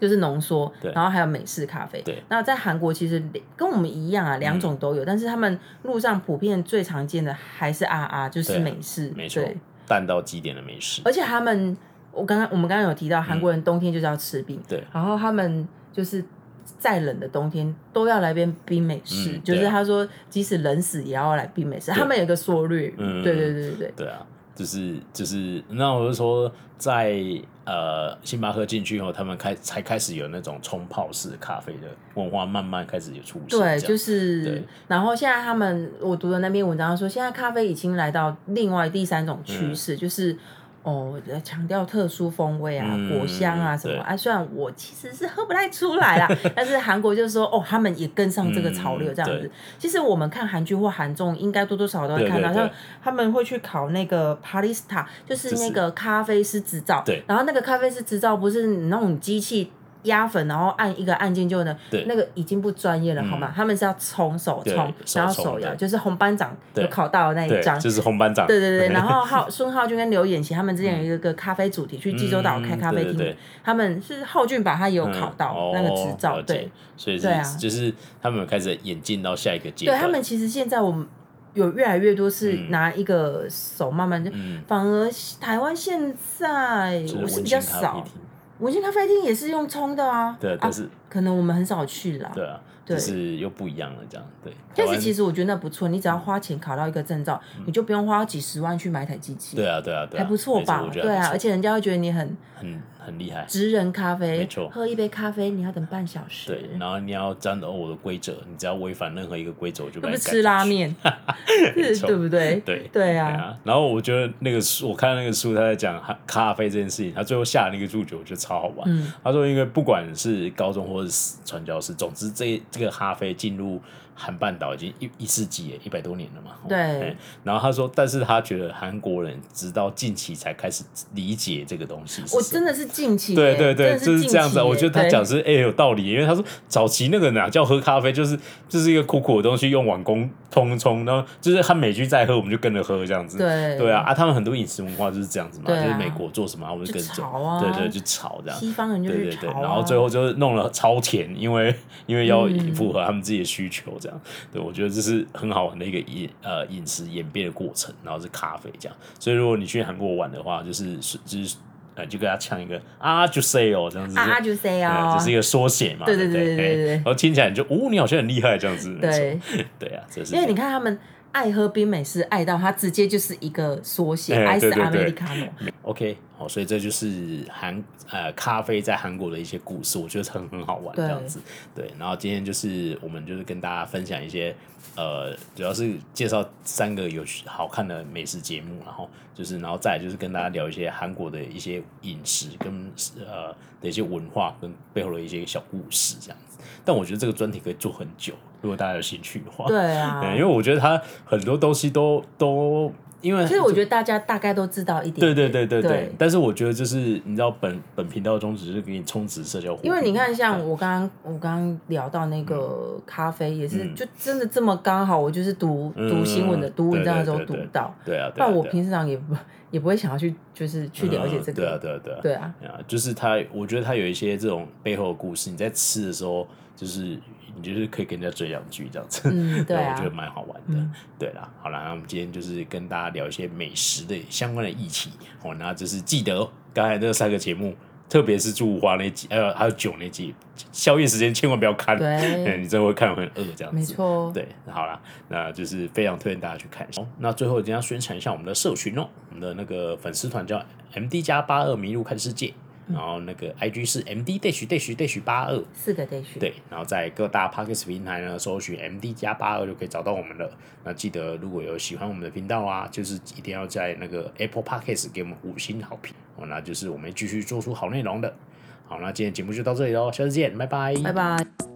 Speaker 2: 就是浓缩
Speaker 1: 对，
Speaker 2: 然后还有美式咖啡。
Speaker 1: 对，嗯
Speaker 2: 那在韩国其实跟我们一样啊，两种都有，但是他们路上普遍最常见的还是 RR，就是
Speaker 1: 对
Speaker 2: 美式。
Speaker 1: 没错
Speaker 2: 对，
Speaker 1: 淡到极点的美食，
Speaker 2: 而且他们，我刚刚我们刚刚有
Speaker 1: 嗯
Speaker 2: 提到，韩国人冬天就是要吃冰，
Speaker 1: 对
Speaker 2: 然后他们就是再冷的冬天都要来杯冰美式，
Speaker 1: 嗯
Speaker 2: 就
Speaker 1: 对
Speaker 2: 是
Speaker 1: 啊
Speaker 2: 他说即使冷死也要来冰美式，他们有一个缩略语，
Speaker 1: 嗯
Speaker 2: 对对对对对，
Speaker 1: 对啊，就是就是，那我就说在呃星巴克进去后，他们开才开始有那种冲泡式咖啡的文化，慢慢开始有出现这样。
Speaker 2: 对，就是是
Speaker 1: 对，
Speaker 2: 然后现在他们我读的那篇文章说，现在咖啡已经来到另外第三种趋
Speaker 1: 嗯
Speaker 2: 势，就是哦，呃强调特殊风味啊、
Speaker 1: 嗯
Speaker 2: 果香啊什么
Speaker 1: 对
Speaker 2: 啊。虽然我其实是喝不太出 来啦，但是韩国就是说哦，他们也跟上这个潮流
Speaker 1: 嗯
Speaker 2: 这样子
Speaker 1: 对。
Speaker 2: 其实我们看韩剧或韩综，应该多多少少都会
Speaker 1: 对
Speaker 2: 看到，
Speaker 1: 对
Speaker 2: 像
Speaker 1: 对
Speaker 2: 他们会去考那个 barista，就是
Speaker 1: 就是
Speaker 2: 那个咖啡师执照。
Speaker 1: 对
Speaker 2: 然后那个咖啡师执照不是那种机器。压粉，然后按一个按键就能，
Speaker 1: 对嗯
Speaker 2: 那个已经不专业了，好吗？他们是要冲手
Speaker 1: 对
Speaker 2: 冲，
Speaker 1: 手
Speaker 2: 然后
Speaker 1: 冲
Speaker 2: 手摇，
Speaker 1: 对
Speaker 2: 就是红班长
Speaker 1: 对
Speaker 2: 有考到的那一张
Speaker 1: 对，。就是红班长，
Speaker 2: 对对对，然后浩 孙浩俊跟刘演熙他们之前有一个咖啡主题，去济州岛开咖啡
Speaker 1: 嗯对对
Speaker 2: 厅
Speaker 1: 对，
Speaker 2: 他们是浩俊吧，他也有考到
Speaker 1: 嗯
Speaker 2: 那个执
Speaker 1: 哦
Speaker 2: 照，
Speaker 1: 了解
Speaker 2: 对，
Speaker 1: 所以是、
Speaker 2: 对啊
Speaker 1: 就是他们有开始演进到下一个阶
Speaker 2: 对
Speaker 1: 段，
Speaker 2: 他们其实现在我们有越来越多是拿一个手慢慢就，
Speaker 1: 嗯，
Speaker 2: 反而台湾现在
Speaker 1: 就是
Speaker 2: 我
Speaker 1: 文
Speaker 2: 是
Speaker 1: 青
Speaker 2: 比较
Speaker 1: 咖啡
Speaker 2: 少
Speaker 1: 厅，
Speaker 2: 文心咖啡厅也是用冲的啊，
Speaker 1: 对，
Speaker 2: 啊
Speaker 1: 但，是、
Speaker 2: 可能我们很少去啦，
Speaker 1: 对啊，
Speaker 2: 对
Speaker 1: 就是又不一样了，这样对。
Speaker 2: 但
Speaker 1: 台
Speaker 2: 是
Speaker 1: 湾
Speaker 2: 其实我觉得那不错，你只要花钱考到一个证照，你就不用花几十万去买台机器，
Speaker 1: 对啊，对啊，对啊，
Speaker 2: 还不错
Speaker 1: 没
Speaker 2: 吧
Speaker 1: 我？觉得
Speaker 2: 对啊，
Speaker 1: 还
Speaker 2: 而
Speaker 1: 不错
Speaker 2: 且人家会觉得你很
Speaker 1: 很很厉害，
Speaker 2: 职人咖啡，
Speaker 1: 没错
Speaker 2: 喝一杯咖啡你要等半小时，
Speaker 1: 对，然后你要遵守我的规则，你只要违反任何一个规则，我就
Speaker 2: 那
Speaker 1: 把你
Speaker 2: 不是
Speaker 1: 赶
Speaker 2: 吃拉
Speaker 1: 出去
Speaker 2: 面，
Speaker 1: 没
Speaker 2: 是
Speaker 1: 错
Speaker 2: 对不对？
Speaker 1: 对
Speaker 2: 对
Speaker 1: 对
Speaker 2: 啊，
Speaker 1: 啊，然后我觉得那个书，我看那个书，他在讲哈咖啡这件事情，他最后下那个注解，我觉得超好玩。
Speaker 2: 嗯
Speaker 1: 他说，因为不管是高中或者是传教士，总之这这个咖啡进入韩半岛已经一一世纪了，一百多年了嘛。哦
Speaker 2: 对
Speaker 1: 哎然后他说，但是他觉得韩国人直到近期才开始理解这个东西是什么。
Speaker 2: 我真的是近期耶，
Speaker 1: 对对对，
Speaker 2: 真的
Speaker 1: 就是
Speaker 2: 近
Speaker 1: 这样子啊。
Speaker 2: 期耶
Speaker 1: 我觉得他
Speaker 2: 对
Speaker 1: 讲是哎、有道理，因为他说早期那个哪叫喝咖啡，就是就是一个苦苦的东西，用碗公通冲，然后就是和美剧在喝，我们就跟着喝这样子。
Speaker 2: 对
Speaker 1: 对啊，啊，他们很多饮食文化就是这样子嘛，
Speaker 2: 对啊
Speaker 1: 就是美国做什么，我们就跟着
Speaker 2: 就
Speaker 1: 做，
Speaker 2: 炒啊
Speaker 1: 对对，就炒这样。
Speaker 2: 西方人就
Speaker 1: 对
Speaker 2: 是
Speaker 1: 对对，
Speaker 2: 潮啊，
Speaker 1: 然后最后就是弄了超甜，因为 因为要
Speaker 2: 嗯
Speaker 1: 符合他们自己的需求，这样。对我觉得这是很好玩的一个饮呃饮食演变的过程，然后是咖啡这样。所以如果你去韩国玩的话，就是就是呃就给他呛一个啊就 say 哦这样子，
Speaker 2: 啊啊就 say
Speaker 1: 呃
Speaker 2: 哦
Speaker 1: 这，是一个缩写嘛，
Speaker 2: 对
Speaker 1: 对
Speaker 2: 对
Speaker 1: 不
Speaker 2: 对对对对
Speaker 1: 哎然后听起来你就哦，你好像很厉害这样子，没错
Speaker 2: 对，
Speaker 1: 对啊，这是
Speaker 2: 因为你看他们爱喝冰美式，爱到他直接就是一个缩写
Speaker 1: 哎
Speaker 2: ，ice
Speaker 1: 对对对
Speaker 2: americano。
Speaker 1: OK，好，所以这就是韩呃咖啡在韩国的一些故事，我觉得很很好玩
Speaker 2: 对
Speaker 1: 这样子。对，然后今天就是我们就是跟大家分享一些呃，主要是介绍三个有趣好看的美食节目，然后就是然后再来就是跟大家聊一些韩国的一些饮食跟呃的一些文化跟背后的一些小故事这样子。但我觉得这个专题可以做很久，如果大家有兴趣的话。
Speaker 2: 对啊，
Speaker 1: 嗯，因为我觉得它很多东西都都。因为
Speaker 2: 其实我觉得大家大概都知道一点
Speaker 1: 对
Speaker 2: 点，
Speaker 1: 对对对对，
Speaker 2: 对
Speaker 1: 但是我觉得就是你知道本本频道宗旨是给你充值社交活
Speaker 2: 因为你看，像
Speaker 1: 对
Speaker 2: 我刚刚我刚刚聊到那个咖啡，也是
Speaker 1: 嗯
Speaker 2: 就真的这么刚好，我就是读
Speaker 1: 嗯
Speaker 2: 读新闻的，读文章的时候
Speaker 1: 对对
Speaker 2: 读
Speaker 1: 对
Speaker 2: 到，
Speaker 1: 对啊，
Speaker 2: 不
Speaker 1: 对啊
Speaker 2: 然我
Speaker 1: 对啊
Speaker 2: 平时上也不也不会想要去就是去了解
Speaker 1: 嗯
Speaker 2: 这
Speaker 1: 对啊对
Speaker 2: 个，
Speaker 1: 啊对啊
Speaker 2: 对啊，
Speaker 1: 对啊，就是它，我觉得它有一些这种背后的故事，你在吃的时候，就是你就是可以跟人家追两句这样子，
Speaker 2: 嗯，对
Speaker 1: 我觉得
Speaker 2: 啊，
Speaker 1: 蛮好玩的。
Speaker 2: 嗯
Speaker 1: 对啦，好啦，那我们今天就是跟大家聊一些美食的相关的议题哦。那就是记得哦刚才那三个节目，特别是猪五花那集，呃，还有酒那集，宵夜时间千万不要看，
Speaker 2: 对
Speaker 1: 嗯 你真的会看会很饿这样子。
Speaker 2: 没错，
Speaker 1: 对，好啦，那就是非常推荐大家去看一下。好那最后一定要宣传一下我们的社群哦，我们的那个粉丝团叫 M D 加八二迷路看世界，然后那个 I G 是 M D dash dash dash 八二，
Speaker 2: 四个 day 去，
Speaker 1: 对，然后在各大 p o c k e t 平台呢搜寻 M D 加八二就可以找到我们了。那记得如果有喜欢我们的频道啊，就是一定要在那个 Apple p o c k e t 给我们五星好评哦，那就是我们继续做出好内容的。好，那今天节目就到这里喽，下次见，拜拜，
Speaker 2: 拜拜。